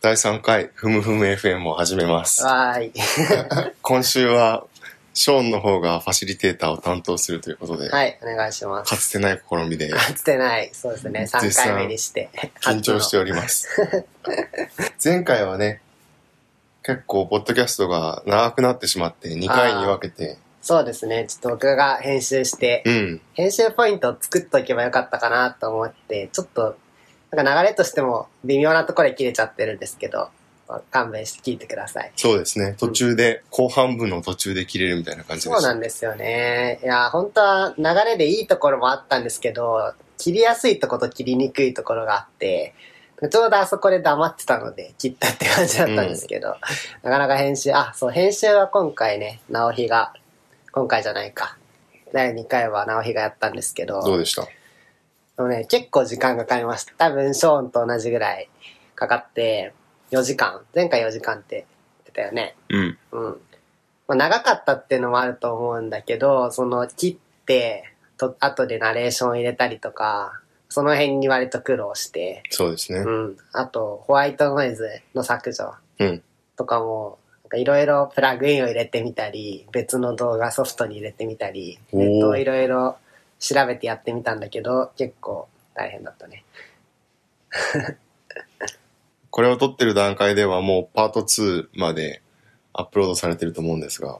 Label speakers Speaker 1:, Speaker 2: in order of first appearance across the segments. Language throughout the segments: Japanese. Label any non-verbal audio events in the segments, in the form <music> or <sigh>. Speaker 1: 第3回、ふむふむ FM を始めます。
Speaker 2: わーい。
Speaker 1: 今週は、ショーンの方がファシリテーターを担当するということで、
Speaker 2: はい、お願いします。
Speaker 1: かつてない試み
Speaker 2: <laughs>
Speaker 1: で
Speaker 2: かつてない、そうですね、
Speaker 1: 絶
Speaker 2: 3
Speaker 1: 賛
Speaker 2: 回目にして。
Speaker 1: 緊張しており
Speaker 2: <laughs>
Speaker 1: ます。前回はね、結構、ポッドキャストが長くなってしまって、2回に分けて、
Speaker 2: そうですね、ちょっと僕が編集して、
Speaker 1: うん、
Speaker 2: 編集ポイントを作っとけばよかったかなと思って、ちょっと、なんか流れとしても微妙なところで切れちゃってるんですけど、まあ勘弁して聞いてください。
Speaker 1: そうですね、途中で、後半部の途中で切れるみたいな感じで
Speaker 2: そう
Speaker 1: し
Speaker 2: な
Speaker 1: た。
Speaker 2: んですよね。いや、本当は流れでいいところもあったんですけど、切りやすいとこと切りにくいところがあって、ちょうどあそこで黙ってたので切ったって感じだったんですけど、なかなか編集、あ、そう、編集は今回ね、直ひが、今回じゃないか。第2回は直ひがやったんですけ
Speaker 1: どうでした
Speaker 2: でもね、結構時間がかかりました。多分、ショーンと同じぐらいかかって、4時間。前回4時間って言ってたよね。
Speaker 1: うん。
Speaker 2: うん。まあ、長かったっていうのもあると思うんだけど、その、切って、と、後でナレーションを入れたりとか、その辺に割と苦労して、
Speaker 1: そうですね
Speaker 2: う。ん。あと、ホワイトノイズの削除
Speaker 1: うん。
Speaker 2: とかも、なんかいろいろプラグインを入れてみたり、別の動画ソフトに入れてみたり、
Speaker 1: おー
Speaker 2: ネットをいろいろ調べてやってみたんだけど、結構大変だったね。
Speaker 1: これを撮ってる段階ではもうパート2までアップロードされてると思うんですが、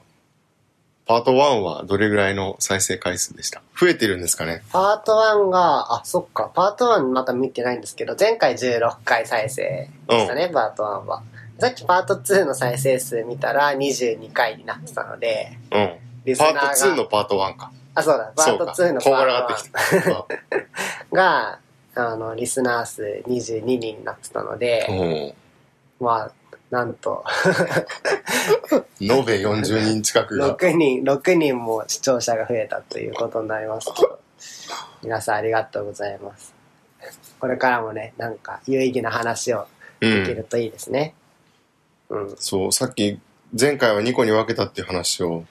Speaker 1: パート1はどれぐらいの再生回数でした増えてるんですかね
Speaker 2: パート1が、あ、そっか、パート1また見てないんですけど、前回16回再生でしたね、パート1は。さっきパート2の再生数見たら22回になってたので、
Speaker 1: うん。
Speaker 2: リス
Speaker 1: パ
Speaker 2: ナー
Speaker 1: ー
Speaker 2: が。
Speaker 1: ト2のパート1か。
Speaker 2: あ、そうだ、パート2の
Speaker 1: そうか。こんが
Speaker 2: パ
Speaker 1: らが
Speaker 2: ー
Speaker 1: って
Speaker 2: ト
Speaker 1: きた。
Speaker 2: 1が、あの、リスナー数22人になってたので、 <laughs>
Speaker 1: うん
Speaker 2: まあ、なんと、
Speaker 1: 延べ40人近くが。
Speaker 2: 6人、6人も視聴者が増えたということになりますけど、皆さんありがとうございます。これからもね、なんか有意義な話を
Speaker 1: う
Speaker 2: でき
Speaker 1: ん。
Speaker 2: るといいですね。うん。
Speaker 1: そう、さっき前回は2個に分けたっていう話を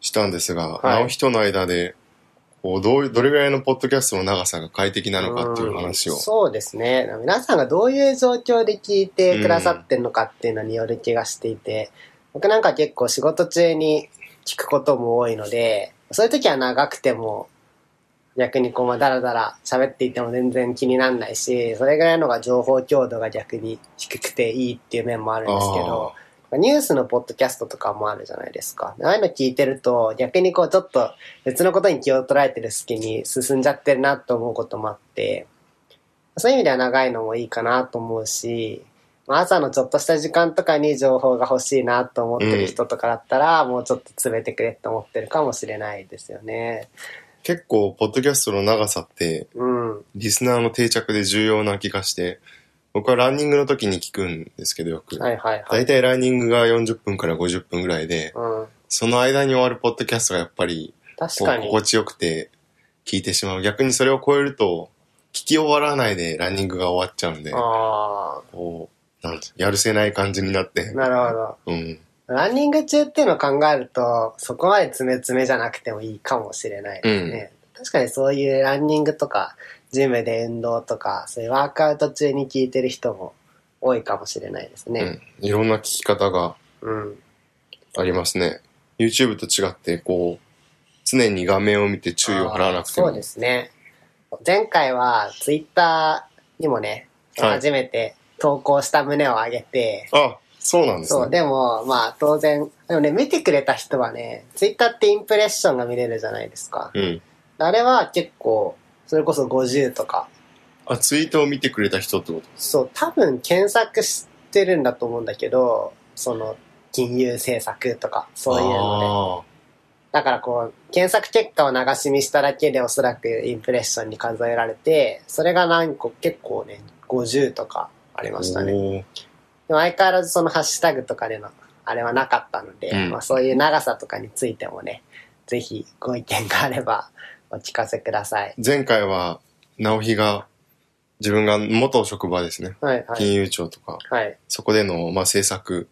Speaker 1: したんですが、
Speaker 2: はい
Speaker 1: あの人の間で、こうどういう、どれぐらいのポッドキャストの長さが快適なのかっていう話を
Speaker 2: うん。そうですね。皆さんがどういう状況で聞いてくださってるのかっていうのによる気がしていて、僕なんか結構仕事中に聞くことも多いので、そういう時は長くても、逆にこう、まあ、だらだら喋っていても全然気にならないし、それぐらいのが情報強度が逆に低くていいっていう面もあるんですけど、ニュースのポッドキャストとかもあるじゃないですか。ああいうの聞いてると、逆にこうちょっと別のことに気を取られてる隙に進んじゃってるなと思うこともあって、そういう意味では長いのもいいかなと思うし、まあ朝のちょっとした時間とかに情報が欲しいなと思ってる人とかだったら、もうちょっと詰めてくれって思ってるかもしれないですよね。
Speaker 1: 結構、ポッドキャストの長さって、
Speaker 2: うん。
Speaker 1: リスナーの定着で重要な気がして、僕はランニングの時に聞くんですけどよく。
Speaker 2: はいはいは
Speaker 1: 大
Speaker 2: い。
Speaker 1: 体ランニングが40分から50分ぐらいで、
Speaker 2: うん。
Speaker 1: その間に終わるポッドキャストがやっぱり、
Speaker 2: 確
Speaker 1: こ
Speaker 2: か
Speaker 1: う
Speaker 2: に。
Speaker 1: 心地よくて聞いてしまう。逆にそれを超えると、聞き終わらないでランニングが終わっちゃうんで、
Speaker 2: あ
Speaker 1: こう、なんてやるせない感じになって
Speaker 2: あ、、なるほど。
Speaker 1: うん。
Speaker 2: ランニング中っていうのを考えると、そこまで詰め詰めじゃなくてもいいかもしれないですね。確かにそういうランニングとか、ジムで運動とか、そういうワークアウト中に聞いてる人も多いかもしれないです
Speaker 1: う
Speaker 2: ね。
Speaker 1: ん。いろんな聞き方が
Speaker 2: うん。
Speaker 1: ありますね。YouTube と違って、こう、常に画面を見て注意を払わなくても。
Speaker 2: そうですね。前回は、ツイッターにもね、
Speaker 1: はい
Speaker 2: 初めて投稿した旨を上げて、
Speaker 1: あ、そうなんですね。
Speaker 2: そう、でも、まあ当然、でもね、見てくれた人はね、ツイッターってインプレッションが見れるじゃないですか。
Speaker 1: うん。
Speaker 2: あれは結構、それこそ50とか。
Speaker 1: あ、ツイートを見てくれた人ってこと
Speaker 2: そう、多分検索してるんだと思うんだけど、その、金融政策とか、そういうので。
Speaker 1: の
Speaker 2: だからこう、検索結果を流し見しただけでおそらくインプレッションに数えられて、それが何個、結構ね、50とかありましたね。
Speaker 1: ね。
Speaker 2: でも相変わらずそのハッシュタグとかでの、あれはなかったので、
Speaker 1: うん
Speaker 2: まあそういう長さとかについてもね、ぜひご意見があればお聞かせください。
Speaker 1: 前回は、直比が、自分が元職場ですね。
Speaker 2: はいはい。
Speaker 1: 金融庁とか、
Speaker 2: はい。
Speaker 1: そこでの、まあ、政策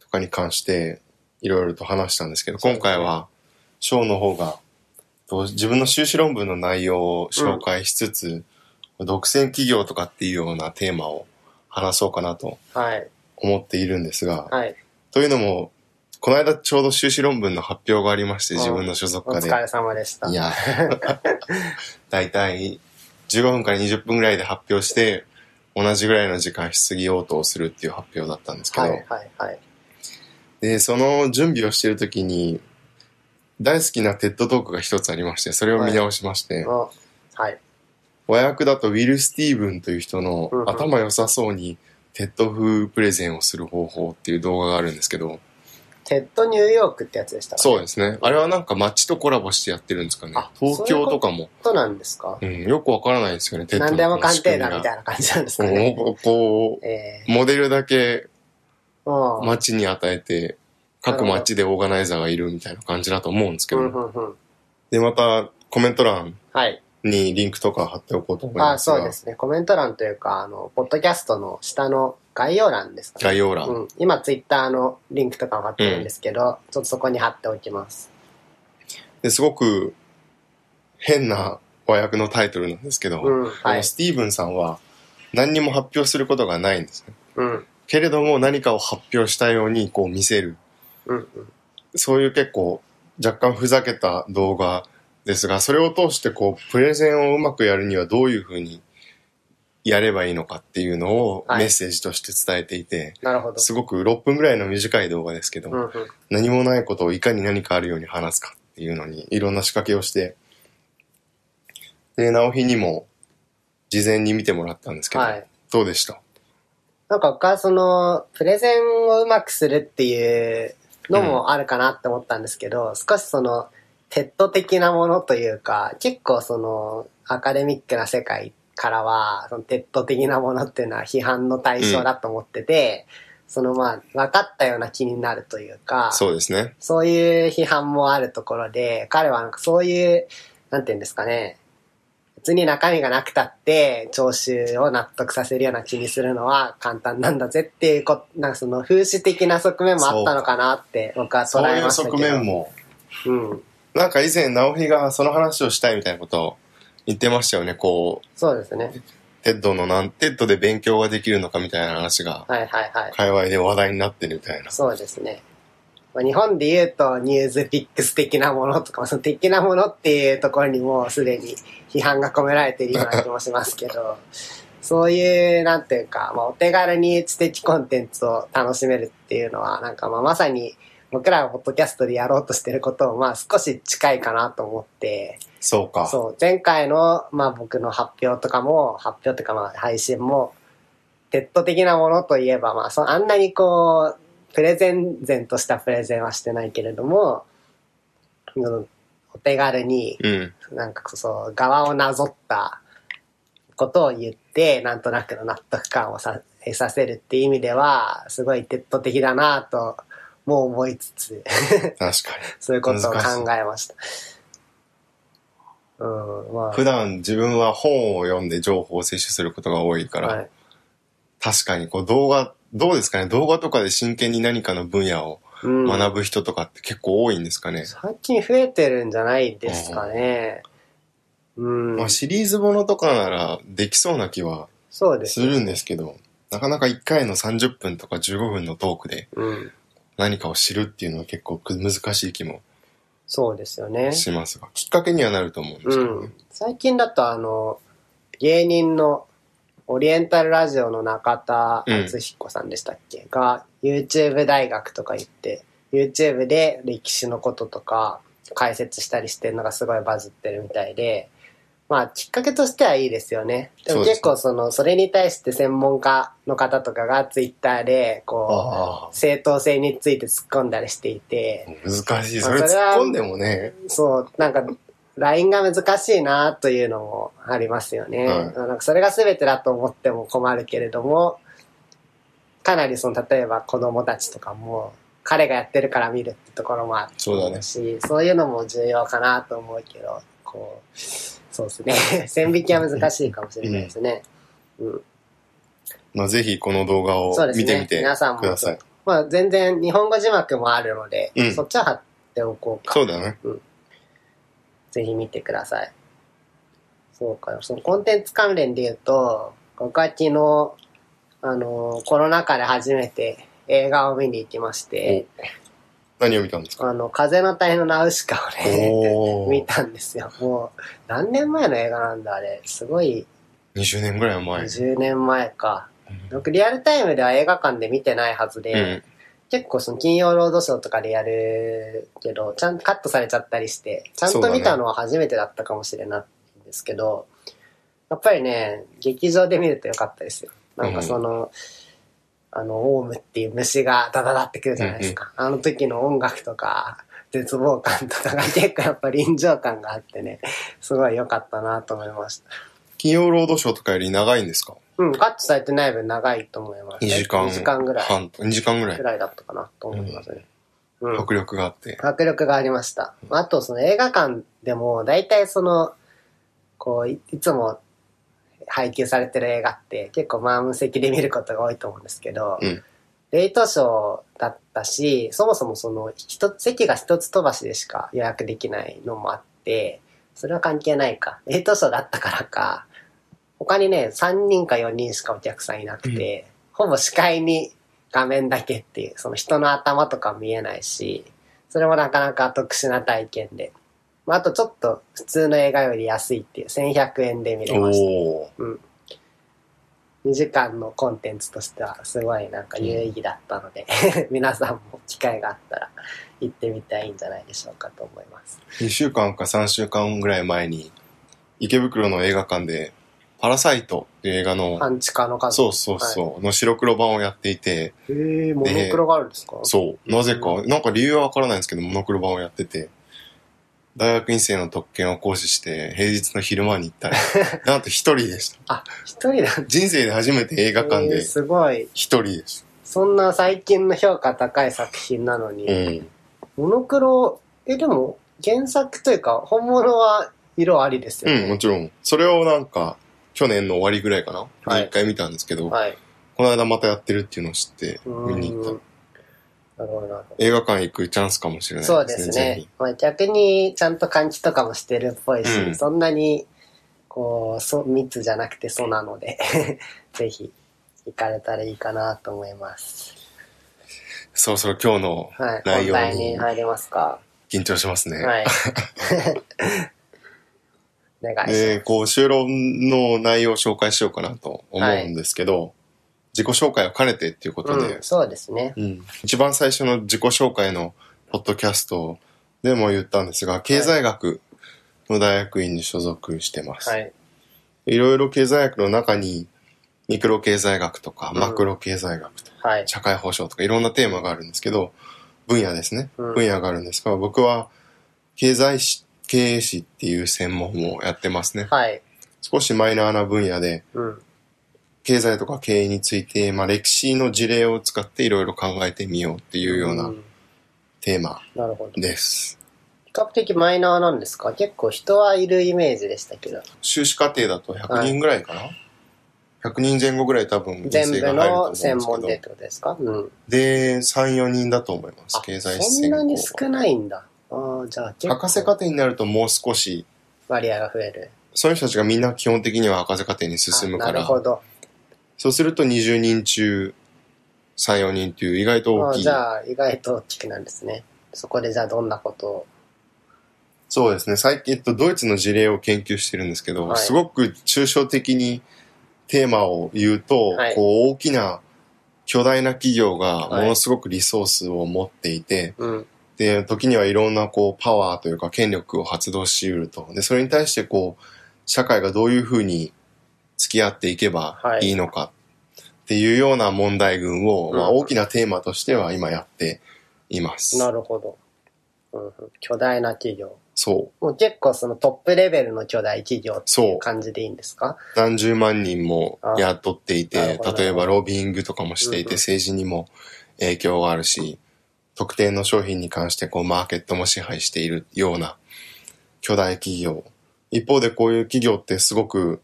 Speaker 1: とかに関して、いろいろと話したんですけど、
Speaker 2: そう
Speaker 1: 今
Speaker 2: ですね
Speaker 1: 回は、章の方が、と自分の修士論文の内容を紹介しつつ、独占企業とかっていうようなテーマを話そうかなと
Speaker 2: はい。
Speaker 1: 思っているんですが、
Speaker 2: はい。
Speaker 1: というのも、この間ちょうど修士論文の発表がありまして、
Speaker 2: うん
Speaker 1: 自分の所属
Speaker 2: お
Speaker 1: 科で。
Speaker 2: 疲れ様でした。
Speaker 1: いや、だいたい15分から20分ぐらいで発表して、同じぐらいの時間質疑応答をするっていう発表だったんですけど、
Speaker 2: はいはいはい。
Speaker 1: で、その準備をしてる時に、大好きなテッドトークが一つありまして、それを見直しまして、
Speaker 2: おはい。
Speaker 1: 和訳だとウィル・スティーブンという人の
Speaker 2: うんうん
Speaker 1: 頭良さそうにテッド風プレゼンをする方法っていう動画があるんですけど、
Speaker 2: テッドニューヨークってやつでした
Speaker 1: そう
Speaker 2: う。
Speaker 1: ですね。あれはなんか街とコラボしてやってるんですかね
Speaker 2: あ。
Speaker 1: 東京とかも。
Speaker 2: ことなんですか
Speaker 1: うん、よくわからないですよね、テッド
Speaker 2: 何でも鑑定だみ
Speaker 1: い
Speaker 2: たいな感じなんですか
Speaker 1: な
Speaker 2: ね。
Speaker 1: こうこ
Speaker 2: え
Speaker 1: う、モデルだけ
Speaker 2: ー、もう、
Speaker 1: 街に与えて、各街でオーガナイザーがいるみたいな感じだと思うんですけ
Speaker 2: うん
Speaker 1: ど。
Speaker 2: うんうん。
Speaker 1: で、またコメント欄
Speaker 2: はい。
Speaker 1: にリンクとか貼っておこうと思い
Speaker 2: あ
Speaker 1: ます
Speaker 2: そう
Speaker 1: が
Speaker 2: で、すね。コメント欄というか、あの、ポッドキャストの下の概要欄ですかね。
Speaker 1: 概要欄。
Speaker 2: うん、今、ツイッターのリンクとかも貼ってるんですけど、ちょっとそこに貼っておきます。
Speaker 1: ですごく変な和訳のタイトルなんですけど、
Speaker 2: うん、
Speaker 1: あ
Speaker 2: はい
Speaker 1: の。スティーブンさんは何にも発表することがないんですね。
Speaker 2: うん、うん、
Speaker 1: けれども何かを発表したようにこう見せる。
Speaker 2: うん。
Speaker 1: そういう結構若干ふざけた動画ですが、それを通してこうプレゼンをうまくやるにはどういうふうにやればいいのかっていうのを
Speaker 2: はい
Speaker 1: メッセージとして伝えていて、
Speaker 2: なるほど。
Speaker 1: すごく6分ぐらいの短い動画ですけど、
Speaker 2: うん、うん。
Speaker 1: 何もないことをいかに何かあるように話すかっていうのにいろんな仕掛けをして、で、直日にも事前に見てもらったんですけど、
Speaker 2: はい。
Speaker 1: どうでした
Speaker 2: なんか僕はその、プレゼンをうまくするっていうのもあるかなって思ったんですけど、少しその、テッド的なものというか、結構その、アカデミックな世界からは、そのテッド的なものっていうのは批判の対象だと思ってて、そのまあ、分かったような気になるというか、
Speaker 1: そうですね。
Speaker 2: そういう批判もあるところで、彼はなんかそういう、なんていうんですかね、別に中身がなくたって、聴衆を納得させるような気にするのは簡単なんだぜっていうこ、なんかその風刺的な側面もあったのかなって僕は捉
Speaker 1: そう
Speaker 2: え
Speaker 1: いう
Speaker 2: ましたけど。
Speaker 1: 側面も、
Speaker 2: うん。
Speaker 1: なんか以前直日がその話をしたいみたいなことを言ってましたよね。こう、
Speaker 2: そうですね。
Speaker 1: テッドのなん、テッドで勉強ができるのかみたいな話が、
Speaker 2: はいはいはい。
Speaker 1: 界隈で話題になってるみたいな。
Speaker 2: そうですね。まあ日本で言うと、ニューズピックス的なものとか、 <laughs> その的なものっていうところにもうすでに批判が込められているような気もしますけど、そういう、なんていうか、まあ、お手軽に知的コンテンツを楽しめるっていうのは、なんかまあまさに僕らがポッドキャストでやろうとしてることを、まあ少し近いかなと思って、
Speaker 1: そうか。
Speaker 2: そう、前回の、まあ僕の発表とかも、発表というかまあ配信も、テッド的なものといえば、まあそ、あんなにこう、プレゼン前としたプレゼンはしてないけれども、そのお手軽に、
Speaker 1: うん。
Speaker 2: なんかそう、側をなぞったことを言って、なんとなくの納得感をさ得させるっていう意味では、すごいテッド的だなと、もう思いつつ、
Speaker 1: 確かに。
Speaker 2: そういうことを考えました。うん、まあ。
Speaker 1: 普段自分は本を読んで情報を摂取することが多いから、
Speaker 2: はい
Speaker 1: 確かにこう動画、どうですかね動画とかで真剣に何かの分野を
Speaker 2: うん
Speaker 1: 学ぶ人とかって結構多いんですかね、
Speaker 2: 最近増えてるんじゃないですかね。うん
Speaker 1: まあ、。シリーズものとかならできそうな気は
Speaker 2: そうですす。
Speaker 1: るんですけど、なかなか1回の30分とか15分のトークで
Speaker 2: うん。
Speaker 1: 何かを知るっていうのは結構難しい気も
Speaker 2: そうですよね。
Speaker 1: しますが、きっかけにはなると思うんです
Speaker 2: う
Speaker 1: けどね
Speaker 2: ん。最近だとあの、芸人のオリエンタルラジオの中田敦彦さんでしたっけ、が YouTube 大学とか行って YouTube で歴史のこととか解説したりしてるのがすごいバズってるみたいでまあきっかけとしてはいいですよねでも
Speaker 1: そうです
Speaker 2: 結構そのそれに対して専門家の方とかが Twitter で
Speaker 1: あ
Speaker 2: こ
Speaker 1: あ
Speaker 2: う正当性について突っ込んだりしていて、
Speaker 1: 難しい。
Speaker 2: ま
Speaker 1: そ
Speaker 2: あ
Speaker 1: れ突っ
Speaker 2: それは
Speaker 1: 込んでもね、
Speaker 2: そう、なんか、ラインが難しいなというのもありますよね。
Speaker 1: はい
Speaker 2: なんかそれが全てだと思っても困るけれども、かなりその、例えば子供たちとかも、彼がやってるから見るってところもあるし、
Speaker 1: そうだね
Speaker 2: そういうのも重要かなと思うけど、こう、そうです
Speaker 1: <laughs>
Speaker 2: ね。線引きは難しいかもしれないですね。うん。
Speaker 1: まあ、ぜひこの動画を
Speaker 2: そうですね
Speaker 1: 見てみて
Speaker 2: 皆さんも
Speaker 1: ください。
Speaker 2: まあ全然日本語字幕もあるので、
Speaker 1: うん
Speaker 2: そっちは貼っておこうか。
Speaker 1: そうだね。
Speaker 2: ぜひ見てください。そうか、そのコンテンツ関連で言うと、僕は昨日、ああの、コロナ禍で初めて映画を見に行きまして、
Speaker 1: 何を見たんですか
Speaker 2: あの、風の谷のナウシカをね、
Speaker 1: お
Speaker 2: <laughs> 見
Speaker 1: ー。
Speaker 2: たんですよ。もう、何年前の映画なんだ、あれ。すごい、
Speaker 1: 20年ぐらい前。
Speaker 2: 10年前か。僕、リアルタイムでは映画館で見てないはずで、
Speaker 1: うん。
Speaker 2: 結構その金曜ロードショーとかでやるけど、ちゃんとカットされちゃったりして、ちゃんと見たのは初めてだったかもしれないんですけど、やっぱりね、劇場で見るとよかったですよ。なんかその、あの、オウムっていう虫がダダダってくるじゃないですか。あの時の音楽とか、絶望感とかが結構やっぱ臨場感があってね、すごい良かったなと思いました。
Speaker 1: 金曜ロードショーとかより長いんですか
Speaker 2: うん、カットされてない分長いと思います、
Speaker 1: ?2 時間
Speaker 2: 2時間ぐらい。
Speaker 1: 半と。2時間ぐらい
Speaker 2: ぐ。らいだったかなと思いますね。うん
Speaker 1: 迫力があって。
Speaker 2: 迫力がありました。あと、その映画館でも、大体その、こう、いいつも配給されてる映画って、結構満席で見ることが多いと思うんですけど、
Speaker 1: うん
Speaker 2: デートショーだったし、そもそもその、一つ、席が一つ飛ばしでしか予約できないのもあって、それは関係ないか。デートショーだったからか、他にね、3人か4人しかお客さんいなくて、ほぼ視界に画面だけっていう、その人の頭とか見えないし、それもなかなか特殊な体験で。まあ、あとちょっと普通の映画より安いっていう、1100円で見れました。
Speaker 1: おー。
Speaker 2: 2時間のコンテンツとしては、すごいなんか有意義だったので、 <laughs> 皆さんも機会があったら行ってみたらいいんじゃないでしょうかと思います。
Speaker 1: 2週間か3週間ぐらい前に、池袋の映画館で、パラサイトっていう映画の、
Speaker 2: アンチカの数。
Speaker 1: そうそうそう、の白黒版をやっていて、
Speaker 2: へえ、モノクロがあるんですか
Speaker 1: そう、なぜか、なんか理由はわからないんですけど、モノクロ版をやってて、大学院生の特権を行使して、平日の昼間に行った
Speaker 2: <laughs>
Speaker 1: ら、なんと一人でした。
Speaker 2: 一人なん
Speaker 1: 人生で初めて映画館
Speaker 2: えー
Speaker 1: です
Speaker 2: ごい。
Speaker 1: 一人です。
Speaker 2: そんな最近の評価高い作品なのに、
Speaker 1: うん。
Speaker 2: モノクロ、え、でも原作というか本物は色ありですよね。
Speaker 1: うん、もちろん。それをなんか、去年の終わりぐらいかな
Speaker 2: はい
Speaker 1: 一回見たんですけど、
Speaker 2: はい。
Speaker 1: この間またやってるっていうのを知って、見に行った
Speaker 2: うーん。なるほど、なるほど。
Speaker 1: 映画館行くチャンスかもしれな
Speaker 2: そ
Speaker 1: いうで
Speaker 2: ですす
Speaker 1: ね。
Speaker 2: ね。まあ、逆にちゃんと換気とかもしてるっぽいし、
Speaker 1: うん
Speaker 2: そんなに、こう、そ密じゃなくてそうなので、 <laughs> ぜひ行かれたらいいかなと思います。
Speaker 1: ぜひ。そろそろ今日の
Speaker 2: はい。
Speaker 1: 内
Speaker 2: 本
Speaker 1: 容
Speaker 2: 題
Speaker 1: に
Speaker 2: に入りますか。
Speaker 1: 緊張しますね。
Speaker 2: はい。
Speaker 1: <laughs>
Speaker 2: お願いします。
Speaker 1: で、こう、収録の内容を紹介しようかなと思うんですけど、自己紹介を兼ねてっていうこと
Speaker 2: うん
Speaker 1: で、、
Speaker 2: そうですね。
Speaker 1: うん一番最初の自己紹介のポッドキャストでも言ったんですが、経済学の大学院に所属してます。
Speaker 2: はい。
Speaker 1: いろいろ経済学の中に、ミクロ経済学とか、
Speaker 2: うん
Speaker 1: マクロ経済学とか、
Speaker 2: はい。
Speaker 1: 社会保障とかいろんなテーマがあるんですけど、分野ですね。
Speaker 2: うん
Speaker 1: 分野があるんですが、僕は経済史、経営史っていう専門をやってますね。
Speaker 2: はい。
Speaker 1: 少しマイナーな分野で、
Speaker 2: うん。
Speaker 1: 経済とか経営について、まあ歴史の事例を使っていろいろ考えてみようっていうようなんテーマ
Speaker 2: なるほど。比
Speaker 1: です。
Speaker 2: 較的マイナーなんですか結構人はいるイメージでしたけど。
Speaker 1: 修士課程だと100人ぐらいかな、?100 人前後ぐらい多分
Speaker 2: 全
Speaker 1: で
Speaker 2: 部の
Speaker 1: すけ
Speaker 2: 専
Speaker 1: ど
Speaker 2: 門でってことですかうん。
Speaker 1: で、3、4人だと思います
Speaker 2: あ。
Speaker 1: 経済
Speaker 2: そんなに
Speaker 1: 専
Speaker 2: 少ないんだ。ああ、じゃあ結
Speaker 1: 攻
Speaker 2: 構。
Speaker 1: 博士課程になるともう少し
Speaker 2: 割合が増える。
Speaker 1: その人たちがみんな基本的には博士課程に進むか
Speaker 2: あなる
Speaker 1: ら、
Speaker 2: ほど。
Speaker 1: そうすると20人中3、4人という意外と大
Speaker 2: ああ
Speaker 1: きい
Speaker 2: じ。ゃあ意外と大きくなんですね。そこでじゃあどんなことを。
Speaker 1: そうですね。最近、えっと、ドイツの事例を研究してるんですけど、
Speaker 2: はい
Speaker 1: すごく抽象的にテーマを言うと、
Speaker 2: はい
Speaker 1: こう大きな巨大な企業が
Speaker 2: はい
Speaker 1: ものすごくリソースを持っていて、
Speaker 2: うん。
Speaker 1: で、時にはいろんなこうパワーというか権力を発動し得ると。で、それに対してこう、社会がどういうふうに付き合っていけば
Speaker 2: はい
Speaker 1: いいのかっていうような問題群を、
Speaker 2: うん
Speaker 1: まあ大きなテーマとしては今やっています。
Speaker 2: なるほど。うんうん、巨大な企業。
Speaker 1: そう。
Speaker 2: もう結構そのトップレベルの巨大企業ってい
Speaker 1: そう
Speaker 2: う感じでいいんですか
Speaker 1: 何十万人も雇ってい
Speaker 2: あな
Speaker 1: て
Speaker 2: るほど、
Speaker 1: 例えばロビーングとかもしてい
Speaker 2: うんう
Speaker 1: て、
Speaker 2: ん
Speaker 1: 政治にも影響があるし、特定の商品に関してこうマーケットも支配しているような巨大企業。一方でこういう企業ってすごく、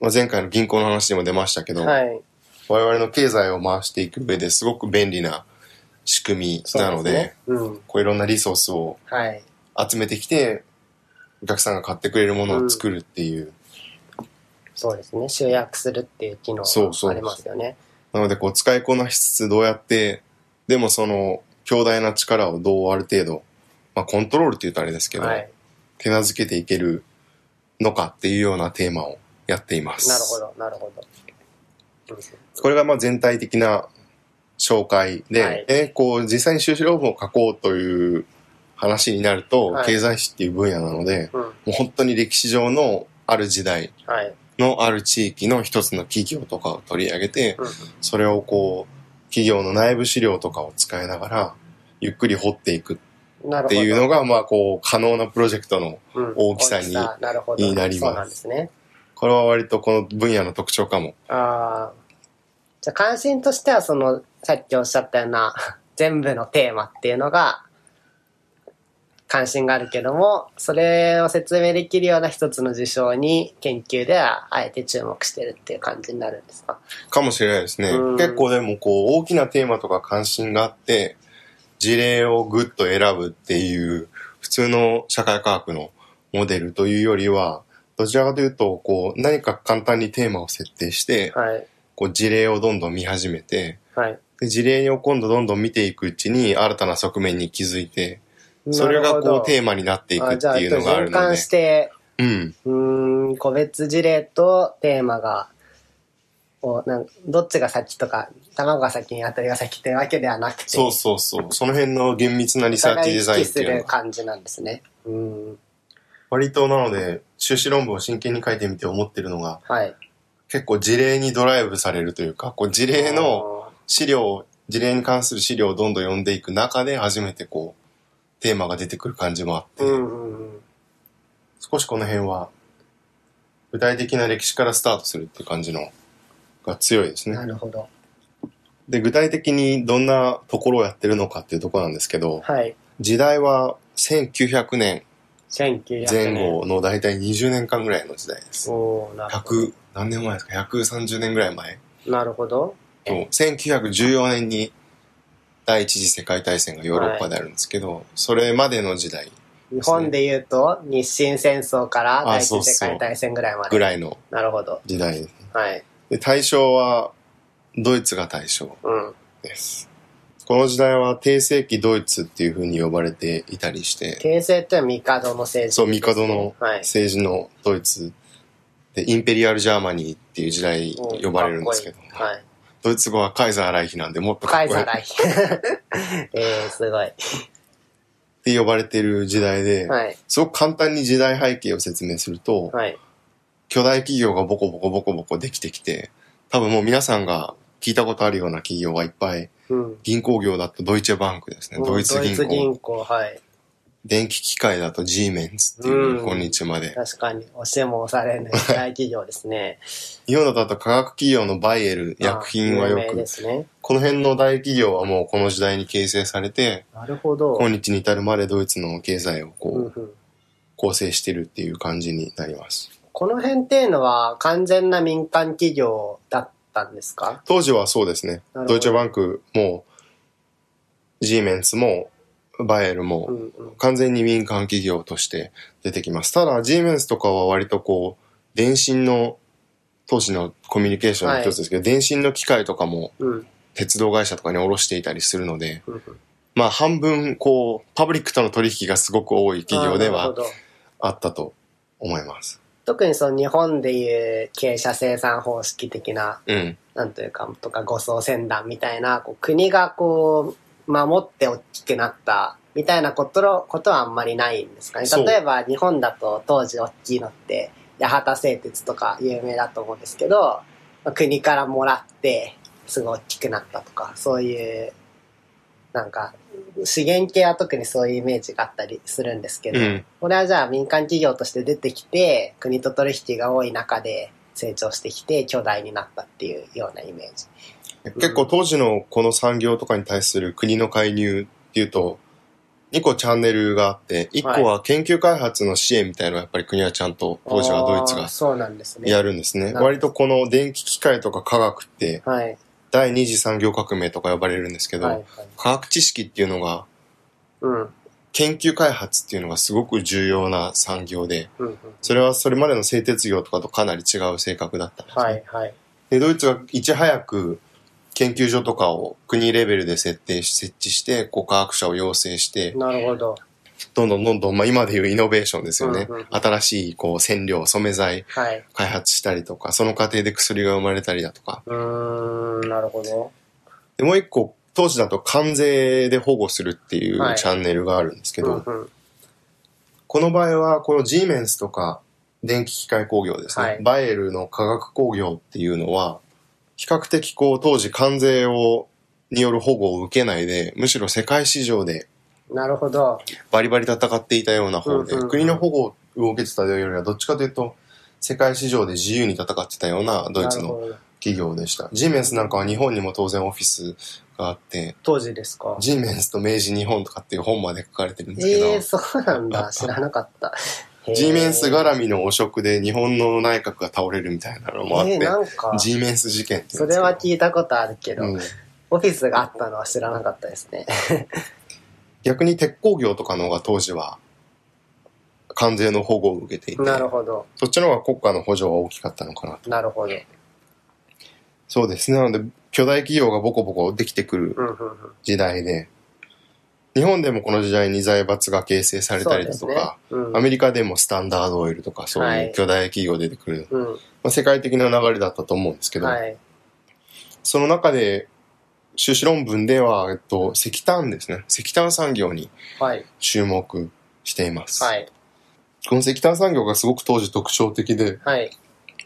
Speaker 1: まあ、前回の銀行の話でも出ましたけど、
Speaker 2: はい。
Speaker 1: 我々の経済を回していく上ですごく便利な仕組み
Speaker 2: そう
Speaker 1: なので、
Speaker 2: すね。うん。
Speaker 1: こういろんなリソースを
Speaker 2: はい。
Speaker 1: 集めてきて、お客さんが買ってくれるものを作るっていう、
Speaker 2: そうですね。集約するっていう機能
Speaker 1: そうそう
Speaker 2: がありますよね。
Speaker 1: なので、こう、使いこなしつつ、どうやって、でもその、強大な力をどうある程度、まあ、コントロールって言うとあれですけど、
Speaker 2: はい。
Speaker 1: 手なずけていけるのかっていうようなテーマをやっています。
Speaker 2: なるほど、なるほど。うん
Speaker 1: これがまあ全体的な紹介で、
Speaker 2: はい
Speaker 1: えーこう実際に修士論文を書こうという話になると、
Speaker 2: はい
Speaker 1: 経済史っていう分野なので、
Speaker 2: うん。
Speaker 1: もう本当に歴史上のある時代
Speaker 2: はい。
Speaker 1: のある地域の一つの企業とかを取り上げて、
Speaker 2: うん。
Speaker 1: それをこう、企業の内部資料とかを使いながら、ゆっくり掘っていく
Speaker 2: なる
Speaker 1: っ
Speaker 2: ほ
Speaker 1: て
Speaker 2: ど。
Speaker 1: いうのが、まあこう、可能なプロジェクトの、
Speaker 2: うん
Speaker 1: 大きさに
Speaker 2: なるほど
Speaker 1: になります
Speaker 2: そうなんですね。
Speaker 1: これは割とこの分野の特徴かも。
Speaker 2: ああ。じゃあ関心としては、その、さっきおっしゃったような、 <laughs> 全部のテーマっていうのが、関心があるけども、それを説明できるような一つの事象に研究ではあえて注目してるっていう感じになるんですか。
Speaker 1: かもしれないですね。
Speaker 2: うん
Speaker 1: 結構でもこう大きなテーマとか関心があって、事例をグッと選ぶっていう普通の社会科学のモデルというよりは、どちらかというと、こう何か簡単にテーマを設定して、
Speaker 2: はい。
Speaker 1: こう事例をどんどん見始めて、
Speaker 2: はい。
Speaker 1: で事例を今度どんどん見ていくうちに新たな側面に気づいて、それがこうテー
Speaker 2: マ
Speaker 1: マになっていくっていうのがある
Speaker 2: じゃあ
Speaker 1: の
Speaker 2: 循環
Speaker 1: で
Speaker 2: し、て、
Speaker 1: うん。
Speaker 2: うーん、個別事例とテーマが、こうなんどっちが先とか、卵が先に当たりが先ってわけではなくて、
Speaker 1: そうそうそう。その辺の厳密なリサーチデザインって
Speaker 2: す
Speaker 1: いうのが
Speaker 2: る感じなんですね。うん。
Speaker 1: 割となので、修士論文を真剣に書いてみて思ってるのが、
Speaker 2: はい。
Speaker 1: 結構事例にドライブされるというか、こう事例の資料を、事例に関する資料をどんどん読んでいく中で初めてこう、テーマが出てくる感じもあって、
Speaker 2: うんうんうん。
Speaker 1: 少しこの辺は、具体的な歴史からスタートするっていう感じの、が強いですね
Speaker 2: な。るほど。
Speaker 1: で、具体的にどんなところをやってるのかっていうところなんですけど、
Speaker 2: はい。
Speaker 1: 時代は1900年
Speaker 2: 1900
Speaker 1: 前
Speaker 2: 年。
Speaker 1: 後の大体20年間ぐらいの時代です。
Speaker 2: おーなるほ
Speaker 1: 100、何年前ですか ?130 年ぐらい前。
Speaker 2: ど。なるほど。
Speaker 1: そう1914年に第一次世界大戦がヨーロッパであるんですけど、それまでの時代
Speaker 2: 日本で言うと、日清戦争から第一次世界大戦ぐらいま
Speaker 1: ぐ
Speaker 2: で。
Speaker 1: らいの
Speaker 2: なるほど。
Speaker 1: 時代ですね。
Speaker 2: はい。
Speaker 1: で、大正はドイツが大正
Speaker 2: うん。
Speaker 1: です。この時代は帝政期ドイツっていう風に呼ばれていたりして、
Speaker 2: 帝政ってのは帝の政治。
Speaker 1: そう、帝の
Speaker 2: はい。
Speaker 1: 政治のドイツで、インペリアルジャーマニーっていう時代に呼ばれるんですけど、
Speaker 2: かっこいいはい。
Speaker 1: ドイツ語はカイザー来妃なんでもっとか
Speaker 2: カ
Speaker 1: っ
Speaker 2: イ
Speaker 1: こ
Speaker 2: ザ
Speaker 1: いい
Speaker 2: ー
Speaker 1: っ
Speaker 2: 来 <laughs> えー、すごい。
Speaker 1: て呼ばれてる時代で、
Speaker 2: はい。
Speaker 1: すごく簡単に時代背景を説明すると、
Speaker 2: はい。
Speaker 1: 巨大企業がボコボコボコボコできてきて、多分もう皆さんが聞いたことあるような企業がいっぱい、
Speaker 2: うん。
Speaker 1: 銀行業だとドイツェバンクですね、ドイツ銀行。
Speaker 2: はい。
Speaker 1: 電気機械だと G メンツっていう、
Speaker 2: うん
Speaker 1: 今日まで。
Speaker 2: 確かに、押しても押されない大企業ですね。
Speaker 1: 日本だと科学企業のバイエル、 <laughs> 薬品は
Speaker 2: 有
Speaker 1: よ
Speaker 2: 名で
Speaker 1: く、
Speaker 2: すね。
Speaker 1: この辺の大企業はもうこの時代に形成されて、
Speaker 2: なるほど。
Speaker 1: 今日に至るまでドイツの経済を
Speaker 2: うんう
Speaker 1: こうん構成してるっていう感じになります。
Speaker 2: この辺っていうのは完全な民間企業だったんですか
Speaker 1: 当時はそうですね
Speaker 2: なるほど。
Speaker 1: ドイツェバンクも、G メンツも、バイエルも、
Speaker 2: うんうん。
Speaker 1: 完全に民間企業として出てきます。ただ、g メンスとかは割とこう、電信の、当時のコミュニケーションの一つですけど、電信の機械とかも
Speaker 2: うん
Speaker 1: 鉄道会社とかに卸していたりするので、
Speaker 2: うんうん。
Speaker 1: まあ半分こう、パブリックとの取引がすごく多い企業で
Speaker 2: あーなるほ
Speaker 1: は
Speaker 2: ど
Speaker 1: あったと思います。
Speaker 2: 特にその日本でいう経営者生産方式的な、
Speaker 1: うん。
Speaker 2: なんというか、とか、護送船団みたいな、こう国がこう、守って大きくなった、みたいなことのことはあんまりないんですかね。
Speaker 1: そう
Speaker 2: 例えば日本だと当時大きいのって、八幡製鉄とか有名だと思うんですけど、まあ国からもらって、すごい大きくなったとか、そういう、なんか、資源系は特にそういうイメージがあったりするんですけど、
Speaker 1: うん。
Speaker 2: これはじゃあ民間企業として出てきて、国と取引が多い中で成長してきて、巨大になったっていうようなイメージ。
Speaker 1: 結構当時のこの産業とかに対する国の介入っていうと、2個チャンネルがあって、1個は研究開発の支援みたいなのはやっぱり国はちゃんと当時はドイツ
Speaker 2: あー
Speaker 1: が
Speaker 2: そうなんですね。
Speaker 1: やるんですね。
Speaker 2: なるほど
Speaker 1: 割とこの電気機械とか科学って
Speaker 2: はい。
Speaker 1: 第二次産業革命とか呼ばれるんですけど、
Speaker 2: はい。はい
Speaker 1: 科学知識っていうのが
Speaker 2: うん。
Speaker 1: 研究開発っていうのがすごく重要な産業で、
Speaker 2: うんうん。
Speaker 1: それはそれまでの製鉄業とかとかなり違う性格だったんですね。
Speaker 2: はいはい。
Speaker 1: で、ドイツがいち早く研究所とかを国レベルで設定し、設置して、こう科学者を養成して、
Speaker 2: なるほど。
Speaker 1: どんどんどんどん、まあ今でいうイノベーションですよね
Speaker 2: うんうんうん。
Speaker 1: 新しいこう染料、染め剤
Speaker 2: はい。
Speaker 1: 開発したりとか、その過程で薬が生まれたりだとか。
Speaker 2: うーん、なるほど。
Speaker 1: で、もう一個、当時だと関税で保護するっていう
Speaker 2: はい
Speaker 1: チャンネルがあるんですけど、
Speaker 2: うんうん、
Speaker 1: この場合はこの G メンスとか電気機械工業ですね、
Speaker 2: はい
Speaker 1: バイエルの化学工業っていうのは比較的こう当時関税をによる保護を受けないでむしろ世界市場で
Speaker 2: なるほど。
Speaker 1: バリバリ戦っていたような方で、
Speaker 2: うんうんうん
Speaker 1: 国の保護を受けてたよりはどっちかというと世界市場で自由に戦ってたようなドイツ
Speaker 2: なる
Speaker 1: の
Speaker 2: ほど
Speaker 1: 企業でした。G メンスなんかは日本にも当然オフィスがあって、
Speaker 2: 当時ですか。
Speaker 1: G メンスと明治日本とかっていう本まで書かれてるんですけど、
Speaker 2: ええー、そうなんだ。知らなかった。へー
Speaker 1: G メンス絡みの汚職で日本の内閣が倒れるみたいなのもあっ
Speaker 2: え
Speaker 1: て
Speaker 2: ー、、なんか、
Speaker 1: G メンス事件って言う
Speaker 2: そ
Speaker 1: んで
Speaker 2: れ
Speaker 1: す
Speaker 2: は
Speaker 1: け
Speaker 2: 聞いたことあるけど、
Speaker 1: ど、うん
Speaker 2: オフィスがあったのは知らなかったですね。
Speaker 1: 逆に鉄鋼業とかの方が当時は関税の保護を受けていて、
Speaker 2: なるほど。
Speaker 1: そっちの方が国家の補助は大きかったのかなと。
Speaker 2: なるほど。
Speaker 1: そうですね。なので、巨大企業がボコボコできてくる
Speaker 2: うんうんうん。
Speaker 1: 時代で、日本でもこの時代に財閥が形成されたりだとか、
Speaker 2: そうですね。
Speaker 1: アメリカでもスタンダードオイルとかそう
Speaker 2: は
Speaker 1: いう
Speaker 2: い
Speaker 1: 巨大企業出てくる、
Speaker 2: うん。うん
Speaker 1: まあ、世界的な流れだったと思うんですけど、
Speaker 2: はい。
Speaker 1: その中で、修士論文では、えっと、石炭ですね。石炭産業に
Speaker 2: はい。
Speaker 1: 注目しています。
Speaker 2: はい。
Speaker 1: この石炭産業がすごく当時特徴的で、
Speaker 2: はい。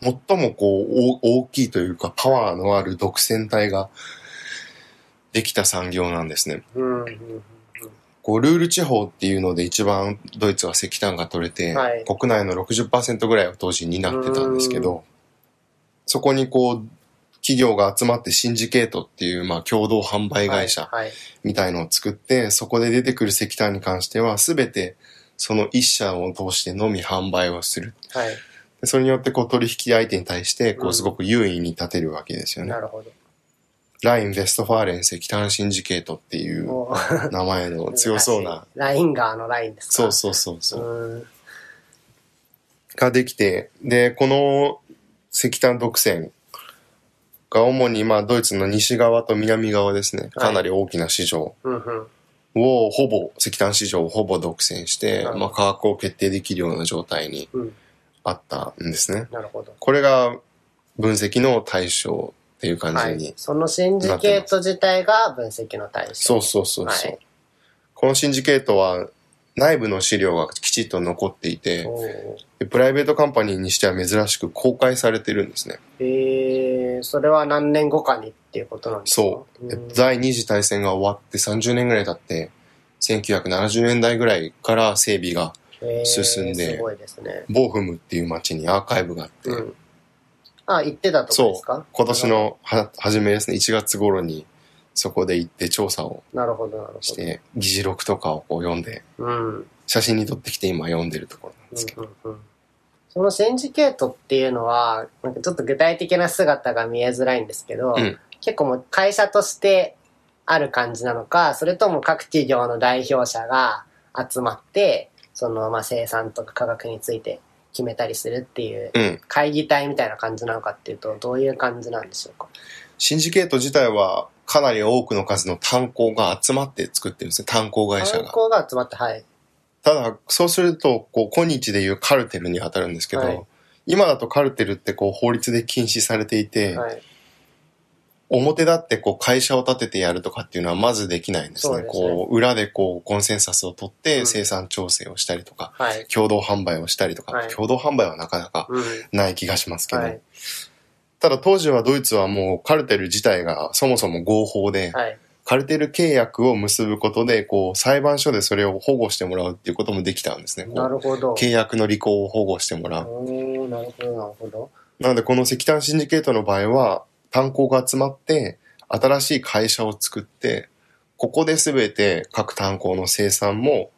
Speaker 1: 最もこう、お大きいというか、パワーのある独占体ができた産業なんですね。
Speaker 2: うんうんうん
Speaker 1: こう、ルール地方っていうので一番ドイツは石炭が取れて、
Speaker 2: はい
Speaker 1: 国内の60%ぐらいを当時担ってたんですけど、そこにこう、企業が集まってシンジケートっていう、まあ、共同販
Speaker 2: う
Speaker 1: 売
Speaker 2: ん。
Speaker 1: 会社
Speaker 2: はい。はい
Speaker 1: みたいのを作って、そこで出てくる石炭に関しては、すべてその一社を通してのみ販売をする。
Speaker 2: はい。
Speaker 1: でそれによって、こう、取引相手に対して、こ
Speaker 2: う
Speaker 1: う、
Speaker 2: ん
Speaker 1: すごく優位に立てるわけですよね。
Speaker 2: なるほど。
Speaker 1: ライン・ベストファーレン石炭シンジケートっていう
Speaker 2: もう
Speaker 1: 名前の強そうな、。
Speaker 2: <laughs> ラインがあのラインですか
Speaker 1: そうそうそうそうう、
Speaker 2: ん。
Speaker 1: ができて、で、この石炭独占が主に、まあ、ドイツの西側と南側ですね。かなり大きな市場。
Speaker 2: うんうん。
Speaker 1: をほぼ、石炭市場をほぼ独占して
Speaker 2: なる、ほど
Speaker 1: まあ、価格を決定できるような状態に
Speaker 2: うん。
Speaker 1: あったんですね。
Speaker 2: なるほど。
Speaker 1: これが分析の対象っていう感
Speaker 2: は
Speaker 1: じに。
Speaker 2: い。そのシンジケート自体が分析の対象。
Speaker 1: そうそうそうそう、
Speaker 2: はい
Speaker 1: このシンジケートは内部の資料がきちっと残っていて、
Speaker 2: おー
Speaker 1: でプライベートカンパニーにしては珍しく公開されてるんですね。
Speaker 2: えー、それは何年後かにっていうことなんですか
Speaker 1: そう。で
Speaker 2: ん
Speaker 1: 第二次大戦が終わって30年ぐらい経って、1970年代ぐらいから整備が、
Speaker 2: えー
Speaker 1: 進んです
Speaker 2: ごいですね。
Speaker 1: ボーフムっていう町にアーカイブがあって、
Speaker 2: うん。あ、行ってたとこ
Speaker 1: そ
Speaker 2: ですか
Speaker 1: う。今年。のは初めですね、1月頃にそこで行って調査を
Speaker 2: なるほど、なるほど。
Speaker 1: して、議事録とかをこう読んで、
Speaker 2: うん。うん
Speaker 1: 写真に撮ってきて今読んでるところなんですけど。
Speaker 2: うんうんそのシンジケートっていうのは、なんかちょっと具体的な姿が見えづらいんですけど、
Speaker 1: うん
Speaker 2: 結構もう会社としてある感じなのか、それとも各企業の代表者が集まって、そのまあ生産とか価格について決めたりするっていう
Speaker 1: うん。
Speaker 2: 会議体みたいな感じなのかっていうと、どういう感じなんでしょうか。
Speaker 1: シンジケート自体はかなり多くの数の炭鉱が集まって作ってるんですね、炭鉱会社
Speaker 2: 観
Speaker 1: が。
Speaker 2: 光が集まって、はい。
Speaker 1: ただ、そうすると、こう、今日でいうカルテルに当たるんですけど、
Speaker 2: はい
Speaker 1: 今だとカルテルってこう法律で禁止されていて、
Speaker 2: はい。
Speaker 1: 表だってこう会社を立ててやるとかっていうのはまずできないんですね。
Speaker 2: そうですね
Speaker 1: こう裏でこうコンセンサスを取っ
Speaker 2: う
Speaker 1: て
Speaker 2: ん
Speaker 1: 生産調整をしたりとか、
Speaker 2: はい。
Speaker 1: 共同販売をしたりとか、
Speaker 2: はい
Speaker 1: 共同販売はなかなか
Speaker 2: うん。
Speaker 1: ない気がしますけど、
Speaker 2: はい。
Speaker 1: ただ当時はドイツはもうカルテル自体がそもそも合法で、
Speaker 2: はい。
Speaker 1: カルテル契約を結ぶことで、こう裁判所でそれを保護してもらうっていうこともできたんですね。
Speaker 2: なるほど。
Speaker 1: 契約の履行を保護してもらう。
Speaker 2: おーなるほど、なるほど。
Speaker 1: なのでこの石炭シンジケートの場合は、炭鉱が集まって、新しい会社を作って、ここで全て各炭鉱の生産も、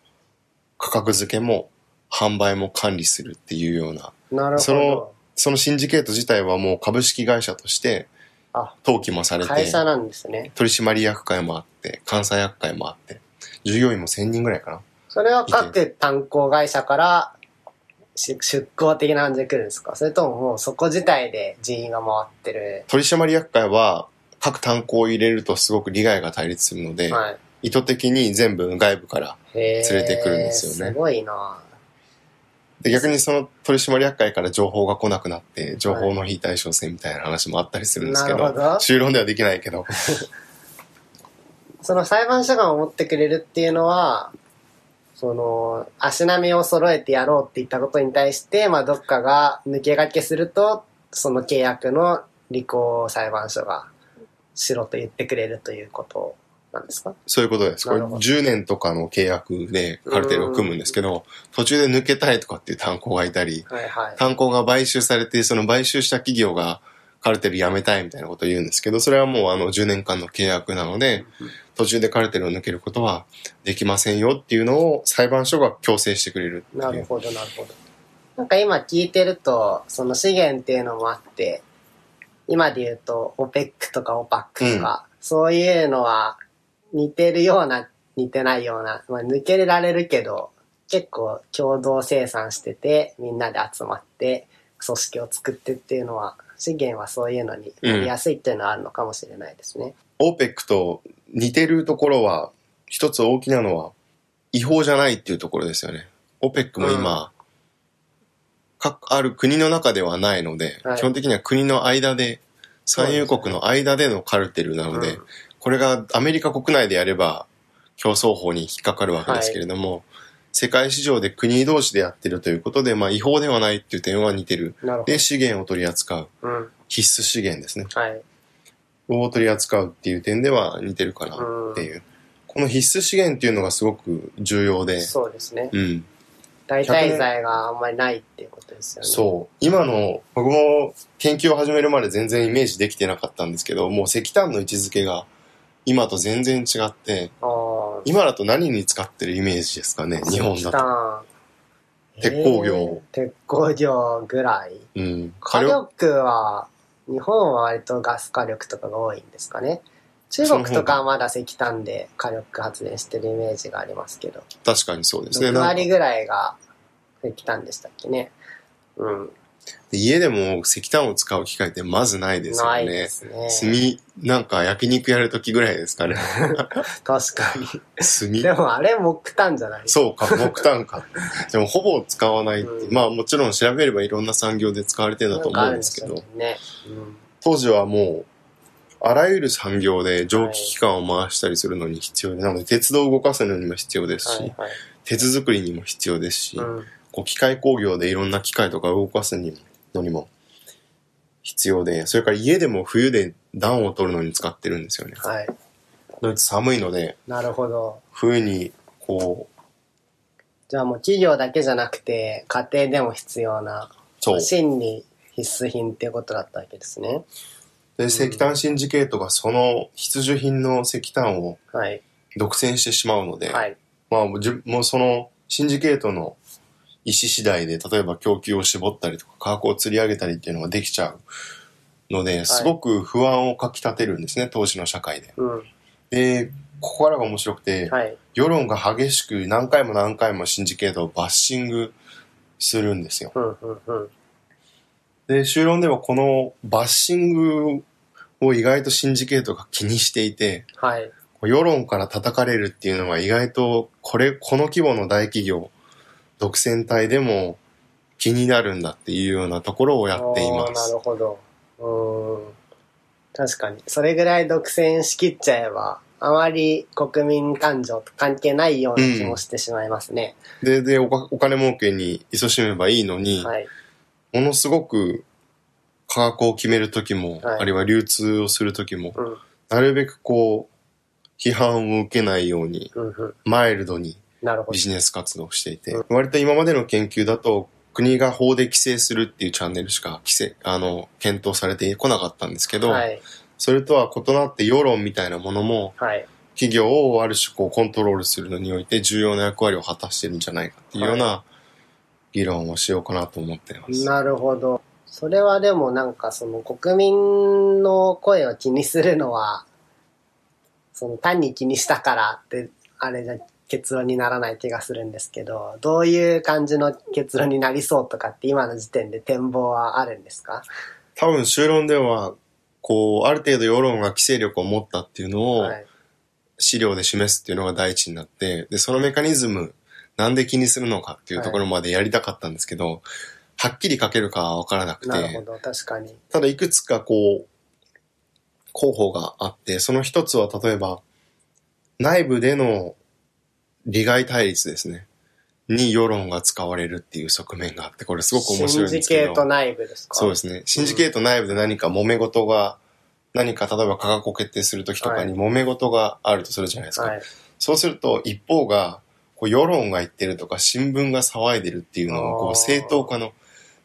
Speaker 1: 価格付けも、販売も管理するっていうような、
Speaker 2: なるほ
Speaker 1: その
Speaker 2: ど。
Speaker 1: そのシンジケート自体はもう株式会社として
Speaker 2: あ、
Speaker 1: 登記もされて、
Speaker 2: 会社なんですね。
Speaker 1: 取締役会もあって、監査役会もあって、従業員も1000人ぐらいかな。
Speaker 2: それは各炭鉱会社から出出向的な感じで来るんですかそれとももうそこ自体で人員が回ってる。
Speaker 1: 取締役会は各炭鉱を入れるとすごく利害が対立するので、
Speaker 2: はい。
Speaker 1: 意図的に全部外部から。
Speaker 2: へー
Speaker 1: 連れてくるんですよね
Speaker 2: すごいな
Speaker 1: で、逆にその取締役会から情報が来なくなって、情報の非対称性みたいな話もあったりするんですけど、
Speaker 2: なるほど
Speaker 1: 修論ではできないけど、
Speaker 2: その裁判所が思ってくれるっていうのは、その、足並みを揃えてやろうって言ったことに対して、まあ、どっかが抜け駆けすると、その契約の履行を裁判所がしろと言ってくれるということなんですか
Speaker 1: そういうことです。これ
Speaker 2: なるほど
Speaker 1: 10年とかの契約でカルテルを組むんですけど、途中で抜けたいとかっていう炭鉱がいたり、
Speaker 2: はいはい。
Speaker 1: 炭鉱が買収されて、その買収した企業がカルテルやめたいみたいなことを言うんですけど、それはもうあの10年間の契約なので、途中でカルテルを抜けることはできませんよっていうのを裁判所が強制してくれるって
Speaker 2: ないる
Speaker 1: う。
Speaker 2: ほど、なるほど。なんか今聞いてると、その資源っていうのもあって、今で言うと、オペックとかオパックとか、そういうのは似てるような、似てないような、まあ、抜けられるけど、結構共同生産してて、みんなで集まって、組織を作ってっていうのは、資源はそういうのになりやすいっていうのはあるのかもしれないですね。
Speaker 1: オーペックと似てるところは、一つ大きなのは、違法じゃないっていうところですよね。オペックも今、各ある国の中ではないので、
Speaker 2: はい
Speaker 1: 基本的には国の間で、
Speaker 2: そう
Speaker 1: 産
Speaker 2: ですね
Speaker 1: 油国の間でのカルテルなので、
Speaker 2: うん
Speaker 1: これがアメリカ国内でやれば競争法に引っかかるわけですけれども、世界市場で国同士でやってるということで、まあ違法ではないっていう点は似てる。
Speaker 2: なるほ
Speaker 1: で、資源を取り扱う。
Speaker 2: ど。うん。
Speaker 1: 必須資源ですね。
Speaker 2: はい。
Speaker 1: を取り扱うっていう点では似てるかなっていう。この必須資源っていうのがすごく重要で、
Speaker 2: そうですね。
Speaker 1: うん。
Speaker 2: 代替財があんまりないっていうことですよね。
Speaker 1: そう。今の、僕も研究を始めるまで全然イメージできてなかったんですけど、もう石炭の位置づけが今と全然違って、
Speaker 2: ああ。
Speaker 1: 今だと何に使ってるイメージですかね、日本だと。
Speaker 2: と。
Speaker 1: 鉄鋼業
Speaker 2: えー鉄鋼業ぐらい。
Speaker 1: うん。
Speaker 2: 火
Speaker 1: 火力、
Speaker 2: 力は、日本は割とガス火力とかが多いんですかね。中国とかはまだ石炭で火力発電してるイメージがありますけど、
Speaker 1: 確かにそうですね。
Speaker 2: 6
Speaker 1: なんか
Speaker 2: 割ぐらいが石炭でしたっけね。うん。
Speaker 1: 家でも石炭を使う機会ってまずないですよ
Speaker 2: ないで
Speaker 1: ね。
Speaker 2: すね。
Speaker 1: 炭、なんか焼肉やるときぐらいですか
Speaker 2: <laughs>
Speaker 1: ね。
Speaker 2: 確かに。
Speaker 1: 炭。
Speaker 2: でもあれ木炭じゃないですか。
Speaker 1: そうか、木炭か。
Speaker 2: <laughs>
Speaker 1: でもほぼ使わないって、
Speaker 2: うん
Speaker 1: まあもちろん調べればいろんな産業で使われてるんだと思うんですけど、
Speaker 2: なんかあるんですよね。うん
Speaker 1: 当時はもう、あらゆる産業で蒸気機関を回したりするのに必要で、なので鉄道を動かすのにも必要ですし、
Speaker 2: はいはい。
Speaker 1: 鉄作りにも必要ですし、
Speaker 2: うん。
Speaker 1: こう機械工業でいろんな機械とか動かすにものにも必要で、それから家でも冬で暖を取るのに使ってるんですよね。
Speaker 2: はい。
Speaker 1: ドイツ寒いので、
Speaker 2: なるほど。
Speaker 1: 冬にこう、
Speaker 2: じゃあもう企業だけじゃなくて、家庭でも必要な、
Speaker 1: そう。
Speaker 2: 真に必須品っていうことだったわけですね。
Speaker 1: で、石炭シンジケートがその必需品の石炭を
Speaker 2: はい。
Speaker 1: 独占してしまうので、
Speaker 2: はい。
Speaker 1: まあもうじゅもうそのシンジケートの意思次第で、例えば供給を絞ったりとか、価格を釣り上げたりっていうのができちゃうので、すごく不安をかきたてるんですね、当時の社会で。
Speaker 2: うん。
Speaker 1: で、ここからが面白くて、
Speaker 2: はい。
Speaker 1: 世論が激しく何回も何回もシンジケートをバッシングするんですよ。
Speaker 2: うん、うん、うん。
Speaker 1: で、修論ではこのバッシングを意外とシンジケートが気にしていて、
Speaker 2: はい。
Speaker 1: 世論から叩かれるっていうのは意外とこれ、この規模の大企業、独占体でも気になるんだっていうようなところをやっていま
Speaker 2: おーな
Speaker 1: す。
Speaker 2: るほど。うーん。確かに。それぐらい独占しきっちゃえば、あまり国民感情と関係ないような気もしてしまいますね。
Speaker 1: で、でおか、お金儲けに勤しめばいいのに、
Speaker 2: はい。
Speaker 1: ものすごく価格を決めるときも、
Speaker 2: はい
Speaker 1: あるいは流通をするときも、
Speaker 2: うん、
Speaker 1: なるべくこう、批判を受けないように、
Speaker 2: うん、うん。
Speaker 1: マイルドに
Speaker 2: なるほ
Speaker 1: ビ
Speaker 2: ど。
Speaker 1: ジネス活動をしていて
Speaker 2: う、
Speaker 1: 割と今までの研究だと、国が法で規制するっていうチャンネルしか規制、あの、検討されてこなかったんですけど、
Speaker 2: はい。
Speaker 1: それとは異なって世論みたいなものも、
Speaker 2: はい。
Speaker 1: 企業をある種こうコントロールするのにおいて重要な役割を果たしてるんじゃないかっていうような議論をしようかなと思ってます。
Speaker 2: なるほど。それはでもなんかその国民の声を気にするのは、その単に気にしたからって、あれじゃ結論にならない気がするんですけど、どういう感じの結論になりそうとかって今の時点で展望はあるんですか
Speaker 1: 多分修論では、こう、ある程度世論が規制力を持ったっていうのを、
Speaker 2: はい。
Speaker 1: 資料で示すっていうのが第一になって、で、そのメカニズム、なんで気にするのかっていうところまでやりたかったんですけど、はっきり書けるかは分からなく
Speaker 2: なるほ
Speaker 1: て、
Speaker 2: ど、確かに。
Speaker 1: ただいくつかこう、候補があって、その一つは例えば、内部での利害対立ですね。に世論が使われるっていう側面があって、これすごく面白いん
Speaker 2: シン
Speaker 1: で
Speaker 2: ジ
Speaker 1: すけど。
Speaker 2: ケート内部ですか
Speaker 1: そうですね。シンジケート内部で何か揉め事が、何か例えば価格を決定するときとかに揉め事があるとするじゃないですか。
Speaker 2: はい。
Speaker 1: そうすると一方が、こう世論が言ってるとか新聞が騒いでるっていうのを、こ
Speaker 2: あー
Speaker 1: う正当化の、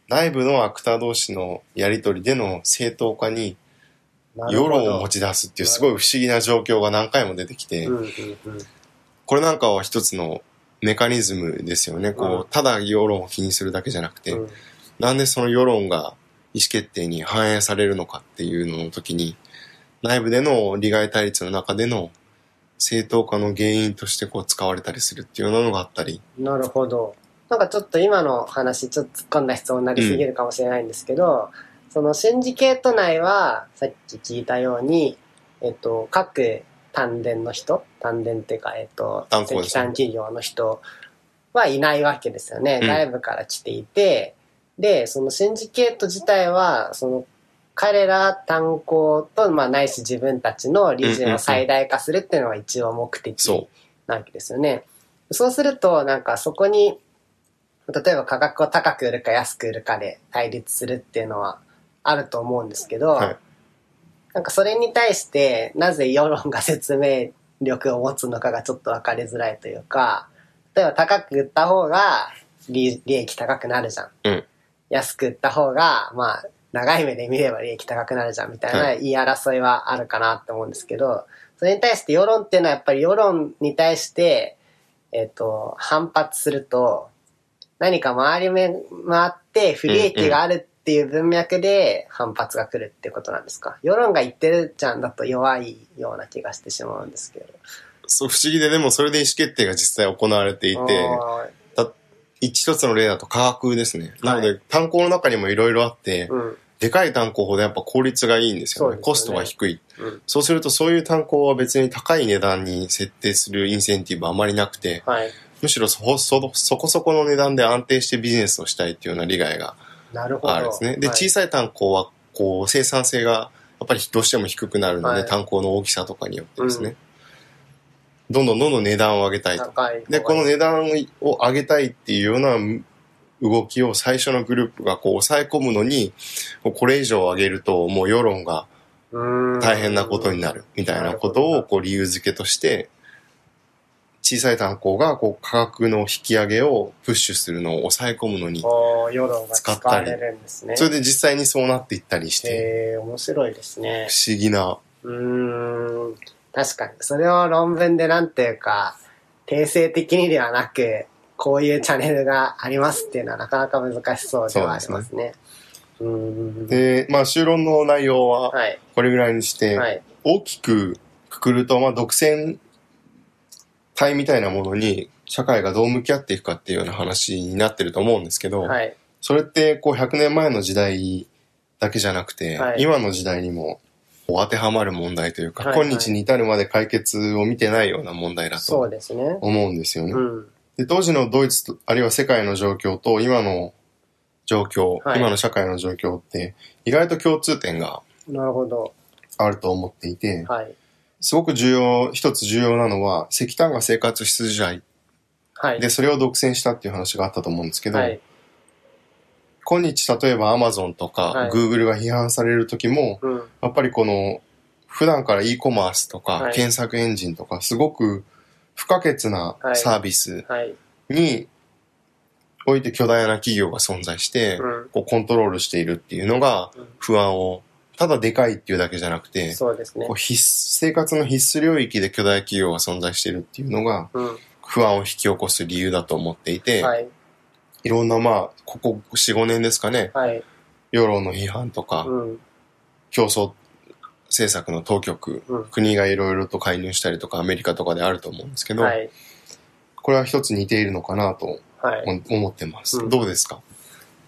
Speaker 1: 内部のアクター同士のやりとりでの正当化に
Speaker 2: なる
Speaker 1: 世
Speaker 2: ほど
Speaker 1: 論を持ち出すっていうすごい不思議な状況が何回も出てきて
Speaker 2: うん、うんうん。
Speaker 1: これなんかは一つのメカニズムですよね。
Speaker 2: うん
Speaker 1: こう、ただ世論を気にするだけじゃなくて
Speaker 2: う、ん
Speaker 1: なんでその世論が意思決定に反映されるのかっていうのの時に、内部での利害対立の中での正当化の原因としてこう使われたりするっていうようなのがあったり、
Speaker 2: なるほど。なんかちょっと今の話、ちょっと突っ込んだ質問になりすぎるかもしれないんですけど、そのシンジケート内は、さっき聞いたように、えっと、各単田の人、単田っていうか、えっと、
Speaker 1: 炭鉱ですね
Speaker 2: 石炭企業の人はいないわけですよね。
Speaker 1: うん
Speaker 2: 外部から来ていて、で、そのシンジケート自体は、その、彼ら炭鉱と、まあ、ないし自分たちの利潤を最大化するっていうのが一応目的
Speaker 1: そう。
Speaker 2: なわけですよね。そうすると、なんかそこに、例えば価格を高く売るか安く売るかで対立するっていうのはあると思うんですけど、
Speaker 1: はい
Speaker 2: なんかそれに対してなぜ世論が説明力を持つのかがちょっと分かりづらいというか、例えば高く売った方が利利益高くなるじゃん。
Speaker 1: うん
Speaker 2: 安く売った方が、まあ、長い目で見れば利益高くなるじゃんみたいな
Speaker 1: は
Speaker 2: 言い争いはあるかなって思うんですけど、それに対して世論っていうのはやっぱり世論に対して、えっ、と、反発すると、何か回り目回って不利益があるっていう文脈で反発が来るってことなんですか、世論が言ってるじゃんだと弱いような気がしてしまうんですけど。
Speaker 1: そう、不思議で、でもそれで意思決定が実際行われていて、
Speaker 2: あー
Speaker 1: 一つの例だと価格ですね。なので、炭鉱の中にもいろいろあって、
Speaker 2: うん。
Speaker 1: でかい炭鉱ほどやっぱ効率がいいんですよね。
Speaker 2: そうですよね
Speaker 1: コストが低い。
Speaker 2: うん。
Speaker 1: そうするとそういう炭鉱は別に高い値段に設定するインセンティブはあまりなくて、
Speaker 2: はい。
Speaker 1: むしろそそそこそこの値段で安定してビジネスをしたいっていうような利害が
Speaker 2: なるほど。
Speaker 1: あるんですね。で、
Speaker 2: はい
Speaker 1: 小さい炭鉱はこう生産性がやっぱりどうしても低くなるので、
Speaker 2: はい
Speaker 1: 炭鉱の大きさとかによってですね、どんどんどんどん値段を上げたいと。
Speaker 2: 高い方がいい
Speaker 1: で、この値段を上げたいっていうような動きを最初のグループがこう抑え込むのに、もうこれ以上上げるともう世論が大変なことにな。るみたいなこと
Speaker 2: な
Speaker 1: を
Speaker 2: るほど
Speaker 1: こう理由付けとして小さい炭鉱がこう価格の引き上げをプッシュするのを抑え込むのに
Speaker 2: うーんおー世論が使われるんですね。
Speaker 1: それで実際にそうなっていったりして
Speaker 2: へー面白いですね
Speaker 1: 不。思議な
Speaker 2: うーん。確かに。それを論文でなんていうか、定性的にではなく、こういうチャンネルがありますっていうのはなかなか難しそうではありますね。うーん。
Speaker 1: でまあ修論の内容は
Speaker 2: はい。
Speaker 1: これぐらいにして
Speaker 2: はい。
Speaker 1: 大きくくくるとまあ独占体みたいなものに社会がどう向き合っていくかっていうような話になってると思うんですけど、
Speaker 2: はい。
Speaker 1: それってこう100年前の時代だけじゃなくて、
Speaker 2: はい
Speaker 1: 今の時代にもこう当てはまる問題というか、
Speaker 2: はいはい
Speaker 1: 今日に至るまで解決を見てないような問題だ
Speaker 2: そ
Speaker 1: と
Speaker 2: うですね。
Speaker 1: 思うんですよね。
Speaker 2: うん。
Speaker 1: で当時のドイツとあるいは世界の状況と今の状況、
Speaker 2: はい
Speaker 1: 今の社会の状況って意外と共通点が
Speaker 2: なるほど。
Speaker 1: あると思っていて、
Speaker 2: はい。
Speaker 1: すごく重要、一つ重要なのは石炭が生活必需材
Speaker 2: はい。
Speaker 1: でそれを独占したっていう話があったと思うんですけど、
Speaker 2: はい。
Speaker 1: 今日例えば Amazon と
Speaker 2: は
Speaker 1: か
Speaker 2: い
Speaker 1: Google が批判される時も、
Speaker 2: うん。
Speaker 1: やっぱりこの、普段から e コマースと
Speaker 2: は
Speaker 1: か
Speaker 2: い
Speaker 1: 検索エンジンとか、すごく不可欠な
Speaker 2: はい
Speaker 1: サービス
Speaker 2: はい。
Speaker 1: において巨大な企業が存在して
Speaker 2: う、ん。
Speaker 1: こうコントロールしているっていうのが
Speaker 2: うん
Speaker 1: 不安を、ただでかいっていうだけじゃなくて、
Speaker 2: そうですね
Speaker 1: こう。必須生活の必須領域で巨大企業が存在しているっていうのが
Speaker 2: うん。
Speaker 1: 不安を引き起こす理由だと思っていて、
Speaker 2: はい。
Speaker 1: いろんなまあ、ここ4、5年ですかね、
Speaker 2: はい。
Speaker 1: 世論の批判とか、
Speaker 2: うん。
Speaker 1: 競争政策の当局、
Speaker 2: うん
Speaker 1: 国がいろいろと介入したりとかアメリカとかであると思うんですけど、
Speaker 2: はい。
Speaker 1: これは一つ似ているのかなと
Speaker 2: はい。
Speaker 1: 思ってます。
Speaker 2: うん
Speaker 1: どうですか、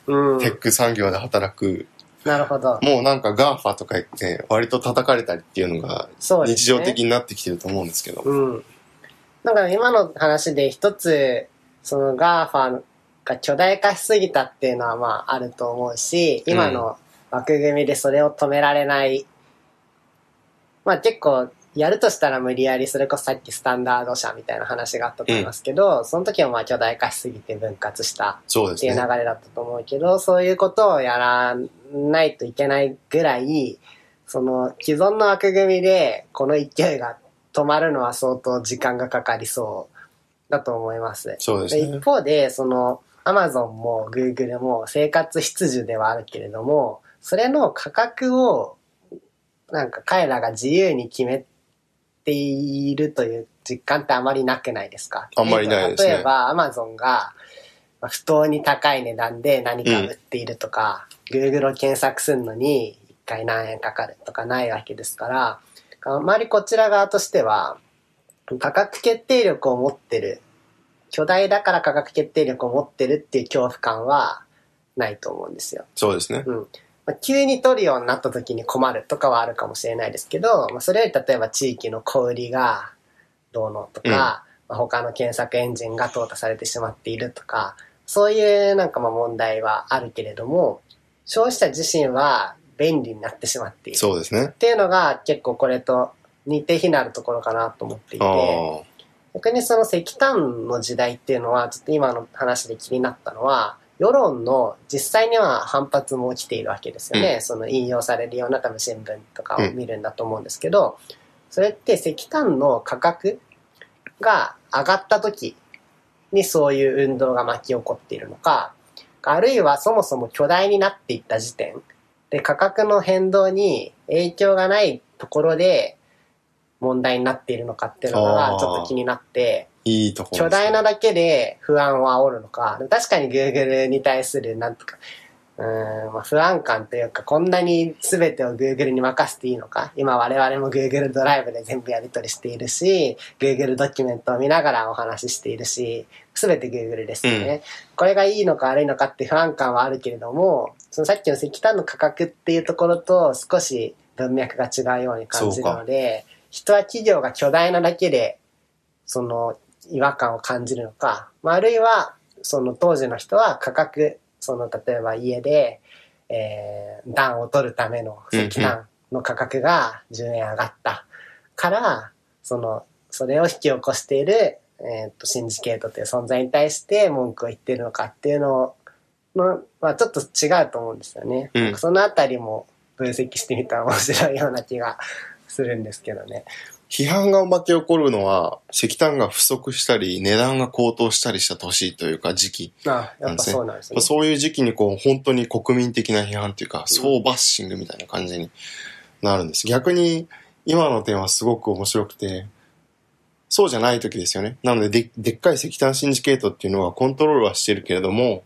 Speaker 2: うん。
Speaker 1: テック産業で働く、
Speaker 2: なるほど。
Speaker 1: もうなんか GAFA とか言って割と叩かれたりっていうのが
Speaker 2: そうです
Speaker 1: 日
Speaker 2: ね。
Speaker 1: 常的になってきてると思うんですけど。
Speaker 2: うん。なんか今の話で一つ、その GAFA が巨大化しすぎたっていうのはまああると思うし、今の枠組みでそれを止められない。まあ結構、やるとしたら無理やり、それこそさっきスタンダード社みたいな話があったと思いますけど、その時はまあ巨大化しすぎて分割した
Speaker 1: そうで
Speaker 2: っ
Speaker 1: す
Speaker 2: ていう流
Speaker 1: ね。
Speaker 2: れだったと思うけど、そういうことをやらないといけないぐらい、その既存の枠組みでこの勢いが止まるのは相当時間がかかりそうだと思います。
Speaker 1: そうです
Speaker 2: で
Speaker 1: ね
Speaker 2: 一。方で、その Amazon も Google も生活必需ではあるけれども、それの価格をなんか彼らが自由に決めているという実感ってあまりなくないですか
Speaker 1: あんまりないですね
Speaker 2: 例えば Amazon がまあ不当に高い値段で何か売っているとか、Google を検索するのに1回何円かかるとかないわけですから、あまりこちら側としては価格決定力を持ってる巨大だから価格決定力を持ってるっていう恐怖感はないと思うんですよ。
Speaker 1: そうですね。
Speaker 2: うんまあ、急に取るようになった時に困るとかはあるかもしれないですけど、まあ、それより例えば地域の小売りがどうのとか、
Speaker 1: うん
Speaker 2: まあ、他の検索エンジンが淘汰されてしまっているとかそういうなんかまあ問題はあるけれども消費者自身は便利になってしまっているっ
Speaker 1: そうですね。
Speaker 2: ていうのが結構これと似て非なるところかなと思っていて。
Speaker 1: ああ。
Speaker 2: 逆にその石炭の時代っていうのは、ちょっと今の話で気になったのは、世論の実際には反発も起きているわけですよね。その引用されるような多分新聞とかを見るんだと思うんですけど、それって石炭の価格が上がった時にそういう運動が巻き起こっているのか、あるいはそもそも巨大になっていった時点で価格の変動に影響がないところで問題になっているのかっていうのが
Speaker 1: あー
Speaker 2: ちょっと気になって、
Speaker 1: いいところ
Speaker 2: 巨
Speaker 1: ですね
Speaker 2: 大なだけで不安を煽るのか、確かに Google に対するなんとか、うーんまあ不安感というか、こんなに全てを Google に任せていいのか。今我々も Google ドライブで全部やり取りしているし、Google ドキュメントを見ながらお話ししているし、全て Google ですよね。これがいいのか悪いのかって不安感はあるけれども、そのさっきの石炭の価格っていうところと少し文脈が違うように感じるので、人は企業が巨大なだけで、その違和感を感じるのか、まあ、あるいはその当時の人は価格その例えば家で、えー暖を取るための石炭の価格が10円上がったからそのそれを引き起こしている、えーとシンジケートという存在に対して文句を言ってるのかっていうのの、まあ、ちょっと違うと思うんですよね。
Speaker 1: うん
Speaker 2: そのあたりも分析してみたら面白いような気がするんですけどね。
Speaker 1: 批判が巻き起こるのは、石炭が不足したり、値段が高騰したりした年というか時期。
Speaker 2: あやっぱそうなんですね。
Speaker 1: そういう時期にこう、本当に国民的な批判というか、総バッシングみたいな感じになるんです。逆に、今の点はすごく面白くて、そうじゃない時ですよね。なのでで、でっかい石炭シンジケートっていうのはコントロールはしてるけれども、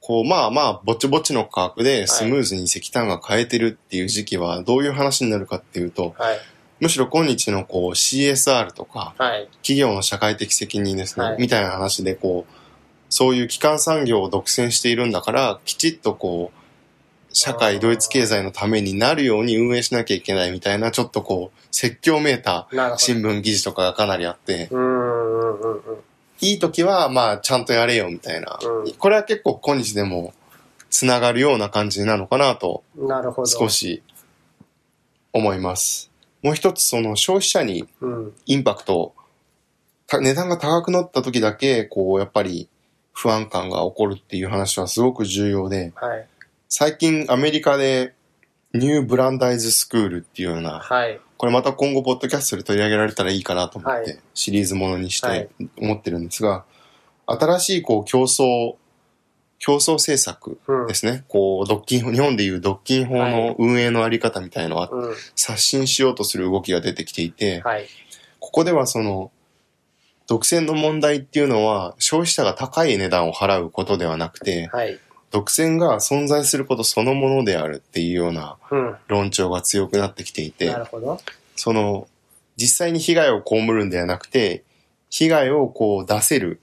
Speaker 1: こう、まあまあ、ぼちぼちの価格でスムーズに石炭が買えてるっていう時期は、どういう話になるかっていうと、
Speaker 2: はい。
Speaker 1: むしろ今日のこう CSR とか
Speaker 2: はい。
Speaker 1: 企業の社会的責任ですね、
Speaker 2: はい
Speaker 1: みたいな話でこうそういう基幹産業を独占しているんだからきちっとこう社
Speaker 2: あ
Speaker 1: 会
Speaker 2: ー
Speaker 1: ドイツ経済のためになるように運営しなきゃいけないみたいなちょっとこう説教メーター
Speaker 2: なるほど。
Speaker 1: 新聞記事とかがかなりあって
Speaker 2: うんうんうんうん。
Speaker 1: いい時はまあちゃんとやれよみたいな、
Speaker 2: うん
Speaker 1: これは結構今日でもつながるような感じなのかなと
Speaker 2: なるほど。
Speaker 1: 少。し思います。もう一つその消費者に
Speaker 2: うん。
Speaker 1: インパクト、た値段が高くなった時だけ、こう、やっぱり不安感が起こるっていう話はすごく重要で、
Speaker 2: はい。
Speaker 1: 最近アメリカでニューブランダイズスクールっていうような、
Speaker 2: はい。
Speaker 1: これまた今後ポッドキャストで取り上げられたらいいかなと思って、
Speaker 2: は
Speaker 1: シリーズものにし
Speaker 2: はい
Speaker 1: て思ってるんですが、新しいこう競争、競争政策
Speaker 2: うん
Speaker 1: で。すね。こう、独禁法、日本でいう独禁法
Speaker 2: は
Speaker 1: の運営のあり方みたいのを
Speaker 2: うん。
Speaker 1: 刷新しようとする動きが出てきていて、
Speaker 2: はい。
Speaker 1: ここではその、独占の問題っていうのは、消費者が高い値段を払うことではなくて、
Speaker 2: はい。
Speaker 1: 独占が存在することそのものであるっていうような
Speaker 2: うん。
Speaker 1: 論調が強くなってきていて
Speaker 2: な、るほど。
Speaker 1: その、実際に被害を被るんではなくて、被害をこう出せる、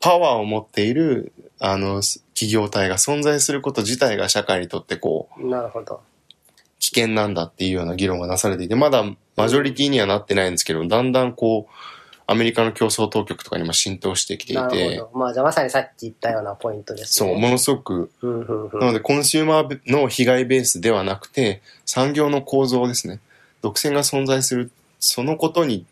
Speaker 1: パワーを持っている、あの、企業体が存在すること自体が社会にとってこう、
Speaker 2: なるほど。
Speaker 1: 危険なんだっていうような議論がなされていて、まだマジョリティにはなってないんですけど、だんだんこう、アメリカの競争当局とかにも浸透してきてい
Speaker 2: なる
Speaker 1: て、
Speaker 2: ほど。まあ、じゃあまさにさっき言ったようなポイントです
Speaker 1: そう、
Speaker 2: ね。
Speaker 1: ものすごく、
Speaker 2: そう。うん、うん、う。
Speaker 1: なんのでコンシューマーの被害ベースではなくて、産業の構造ですね。独占が存在する、そのことに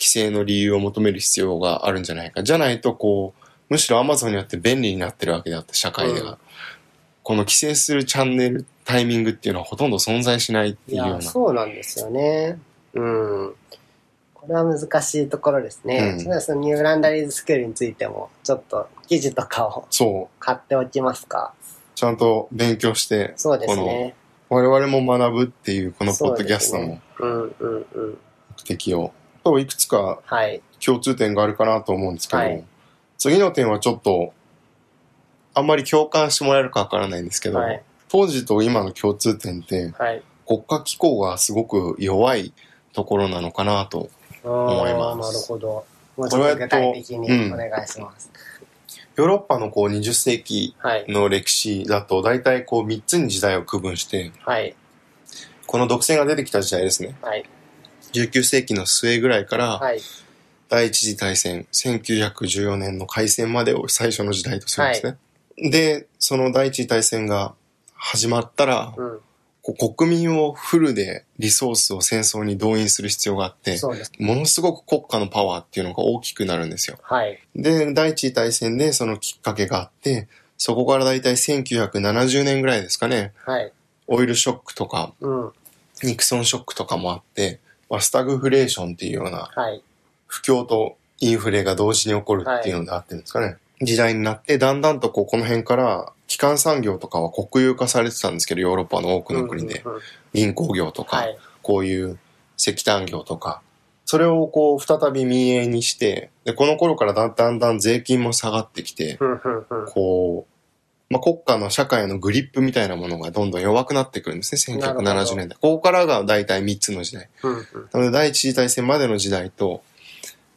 Speaker 1: 規制の理由を求める必要があるんじゃないか。じゃないと、こう、むしろアマゾンによって便利になってるわけであって、社会では。
Speaker 2: うん
Speaker 1: この規制するチャンネル、タイミングっていうのはほとんど存在しないってい
Speaker 2: い
Speaker 1: うような。
Speaker 2: や、そうなんですよね。うん。これは難しいところですね。
Speaker 1: うん
Speaker 2: それではそのニューランダリーズスクールについても、ちょっと記事とかを
Speaker 1: そう。
Speaker 2: 買っておきますか。
Speaker 1: ちゃんと勉強して、
Speaker 2: そうですね。
Speaker 1: 我々も学ぶっていうこのポ
Speaker 2: そう
Speaker 1: ッド
Speaker 2: ですね
Speaker 1: キャストの
Speaker 2: うん、うん、うん。
Speaker 1: 目的を、といくつか
Speaker 2: はい。
Speaker 1: 共通点があるかなと思うんですけど、
Speaker 2: はい
Speaker 1: 次の点はちょっと、あんまり共感してもらえるかわからないんですけど、
Speaker 2: はい。
Speaker 1: 当時と今の共通点って、
Speaker 2: はい。
Speaker 1: 国家機構がすごく弱いところなのかなと。
Speaker 2: 思
Speaker 1: います
Speaker 2: なるほど。もうちょっと具体的
Speaker 1: これは
Speaker 2: に
Speaker 1: と
Speaker 2: お願いします。
Speaker 1: ヨーロッパのこう20世紀
Speaker 2: はい。
Speaker 1: の歴史だと、大体こう3つに時代を区分して、
Speaker 2: はい。
Speaker 1: この独占が出てきた時代ですね。
Speaker 2: はい。
Speaker 1: 19世紀の末ぐらいから、
Speaker 2: はい。
Speaker 1: 第一次大戦、1914年の開戦までを最初の時代とするんですね。で、その第一次大戦が始まったら、
Speaker 2: うん。
Speaker 1: こう国民をフルでリソースを戦争に動員する必要があって、
Speaker 2: そうです。
Speaker 1: ものすごく国家のパワーっていうのが大きくなるんですよ。
Speaker 2: はい。
Speaker 1: で、第一次大戦でそのきっかけがあって、そこからだいたい1970年ぐらいですかね、
Speaker 2: はい。
Speaker 1: オイルショックとか、
Speaker 2: うん。
Speaker 1: ニクソンショックとかもあって、まあスタグフレーションっていうような
Speaker 2: はい。
Speaker 1: 不況とインフレが同時に起こるっていうのであってるんですかね。時代になって、だんだんとこう、この辺から、基幹産業とかは国有化されてたんですけど、ヨーロッパの多くの国で。
Speaker 2: うんうんうん
Speaker 1: 銀行業とか、
Speaker 2: はい。
Speaker 1: こういう石炭業とか。それをこう、再び民営にして、で、この頃からだだんだん税金も下がってきて、
Speaker 2: うんうんうん
Speaker 1: こう、まあ、国家の社会のグリップみたいなものがどんどん弱くなってくるんですね、
Speaker 2: なるほ
Speaker 1: 1970
Speaker 2: ど
Speaker 1: 年代。ここからが大体3つの時代。
Speaker 2: うんうん
Speaker 1: なので第一次大戦までの時代と、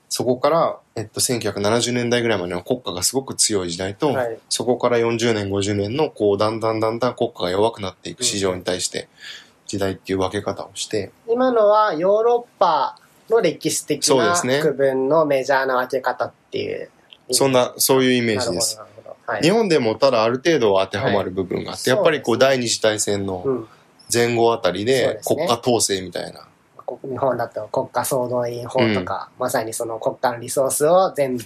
Speaker 1: そこから、えっと、1970年代ぐらいまでの国家がすごく強い時代と、
Speaker 2: はい
Speaker 1: そこから40年、50年の、こう、だんだんだんだん国家が弱くなっていく市場に対して、時代っていう分け方をして、
Speaker 2: 今のはヨーロッパの歴史的
Speaker 1: そうで
Speaker 2: な
Speaker 1: すね
Speaker 2: 区分のメジャーな分け方っていう。
Speaker 1: そんな、そういうイメージです。
Speaker 2: なるほど。なるほどはい。
Speaker 1: 日本でもただある程度は当てはまる部分があって、
Speaker 2: はい
Speaker 1: やっぱりこう、
Speaker 2: そうです
Speaker 1: 第二次大戦
Speaker 2: う
Speaker 1: の
Speaker 2: ん
Speaker 1: 前後あたり
Speaker 2: そう
Speaker 1: で
Speaker 2: です
Speaker 1: 国
Speaker 2: ね
Speaker 1: 家統制みたいな、
Speaker 2: こ日本だと国家総動員法とか、まさにその国家のリソースを全部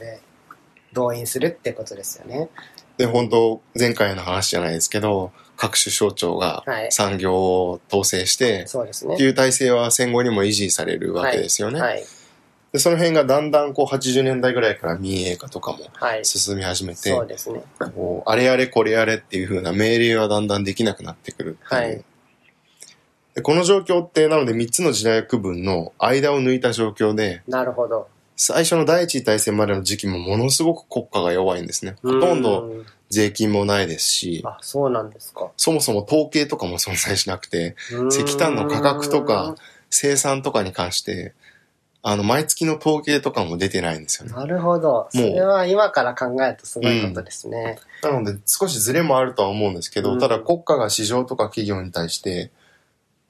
Speaker 2: 動員するってことですよね。
Speaker 1: で、本当前回の話じゃないですけど、各種省庁が
Speaker 2: はい
Speaker 1: 産業を統制して、
Speaker 2: そうですね
Speaker 1: って。いう体制は戦後にも維持されるわけですよね。
Speaker 2: はい。
Speaker 1: でその辺がだんだんこう80年代ぐらいから民営化とかも
Speaker 2: はい。
Speaker 1: 進み始めて
Speaker 2: そう、ですね。
Speaker 1: こうあれあれこれあれっていう風な命令はだんだんできなくなってくるっていう。
Speaker 2: はい
Speaker 1: でこの状況って、なので3つの時代区分の間を抜いた状況で、
Speaker 2: なるほど。
Speaker 1: 最初の第一次大戦までの時期もものすごく国家が弱いんですね。ほとんど
Speaker 2: うーん。
Speaker 1: 税金もないですし、
Speaker 2: あ、そうなんですか。
Speaker 1: そもそも統計とかも存在しなくて、
Speaker 2: うーん
Speaker 1: 石炭の価格とか。生産とかに関して、あの、毎月の統計とかも出てないんですよね。
Speaker 2: なるほど。それは今から考えるとすごいことですね。
Speaker 1: なので、少しズレもあるとは思うんですけど、
Speaker 2: うん
Speaker 1: ただ国家が市場とか企業に対して、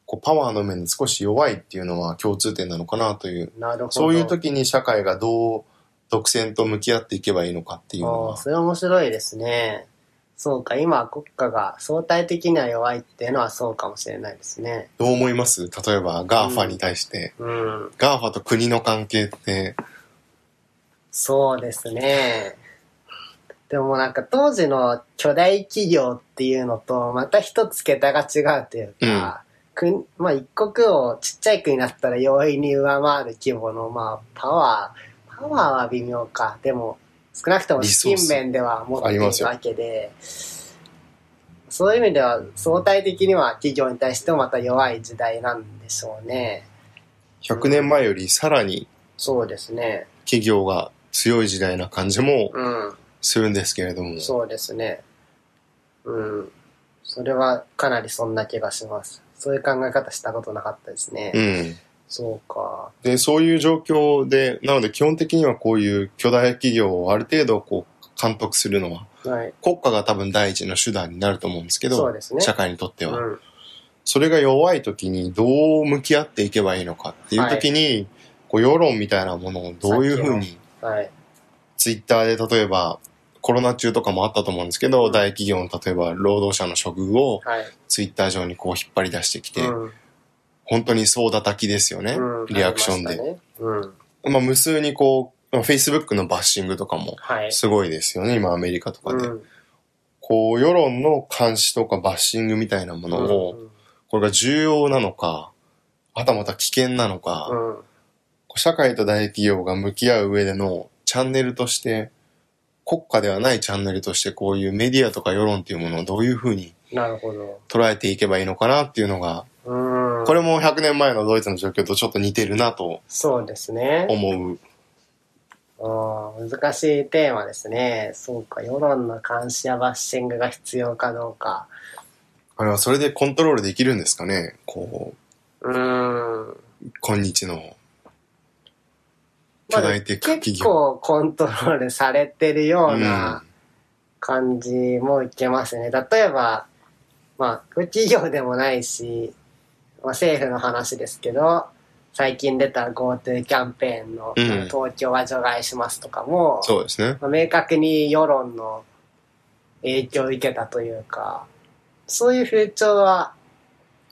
Speaker 1: こう、パワーの面で少し弱いっていうのは共通点なのかなという、
Speaker 2: なるほど。
Speaker 1: そういう時に社会がどう独占と向き合っていけばいいのかっていうの
Speaker 2: ああ、
Speaker 1: は、
Speaker 2: それ面白いですね。そうか、今国家が相対的には弱いっていうのはそうかもしれないですね。
Speaker 1: どう思います例えば、ガーファに対して、
Speaker 2: うん。
Speaker 1: ガーファと国の関係って、
Speaker 2: そうですね。でもなんか当時の巨大企業っていうのとまた一つ桁が違うというか、国まあ一国をちっちゃい国だったら容易に上回る規模のまあパワー、パワーは微妙か。でも少なくとも資
Speaker 1: リソー
Speaker 2: 金
Speaker 1: ス
Speaker 2: 面では持ってい
Speaker 1: あり
Speaker 2: る
Speaker 1: ますよ
Speaker 2: わけで、そういう意味では相対的には企業に対してもまた弱い時代なんでしょうね。
Speaker 1: 100年前よりさらに
Speaker 2: そうですね。
Speaker 1: 企業が強い時代な感じも
Speaker 2: うん。
Speaker 1: するんですけれども。
Speaker 2: そうですね。うん。それはかなりそんな気がします。そういう考え方したことなかったですね。
Speaker 1: うん。
Speaker 2: そうか。
Speaker 1: で、そういう状況で、なので基本的にはこういう巨大企業をある程度こう監督するのは、
Speaker 2: はい。
Speaker 1: 国家が多分第一の手段になると思うんですけど、
Speaker 2: そうですね
Speaker 1: 社会にとって
Speaker 2: う
Speaker 1: は、
Speaker 2: ん。
Speaker 1: それが弱い時にどう向き合っていけばいいのかっていう時に、こう世論みたいなものをどういうふうに、
Speaker 2: はい。
Speaker 1: ツイッターで例えば、コロナ中とかもあったと思うんですけど、
Speaker 2: うん
Speaker 1: 大企業の例えば労働者の処遇を
Speaker 2: はい。
Speaker 1: ツイッター上にこう引っ張り出してきて、
Speaker 2: うん
Speaker 1: 本当に総叩きですよね、
Speaker 2: うん
Speaker 1: リアクション
Speaker 2: あ
Speaker 1: で。
Speaker 2: りましたねうん。
Speaker 1: まあ無数にこう、まあ Facebook のバッシングとかも
Speaker 2: はい。
Speaker 1: すごいですよね、今アメリカとかで。
Speaker 2: うん
Speaker 1: こう、世論の監視とかバッシングみたいなものを、これが重要なのか、はたまた危険なのか、
Speaker 2: うんうん
Speaker 1: こう社会と大企業が向き合う上でのチャンネルとして、国家ではないチャンネルとしてこういうメディアとか世論っていうものをどういうふうに
Speaker 2: なるほど。
Speaker 1: 捉えていけばいいのかなっていうのが、
Speaker 2: うん。
Speaker 1: これも100年前のドイツの状況とちょっと似てるなと
Speaker 2: そうですね。
Speaker 1: 思う。
Speaker 2: あー難しいテーマですね。そうか、世論の監視やバッシングが必要かどうか。
Speaker 1: あれはそれでコントロールできるんですかねこ
Speaker 2: うーん。
Speaker 1: う、今日の巨
Speaker 2: まあ
Speaker 1: 大テック企
Speaker 2: 結
Speaker 1: 業。
Speaker 2: 構コントロールされてるよう
Speaker 1: うん
Speaker 2: な感じも受けますね。例えば、まあ、企業でもないし、まあ、政府の話ですけど、最近出た GoTo キャンペーンの、
Speaker 1: うん
Speaker 2: 東京は除外しますとかも、
Speaker 1: そうですね。
Speaker 2: まあ明確に世論の影響を受けたというか、そういう風潮は、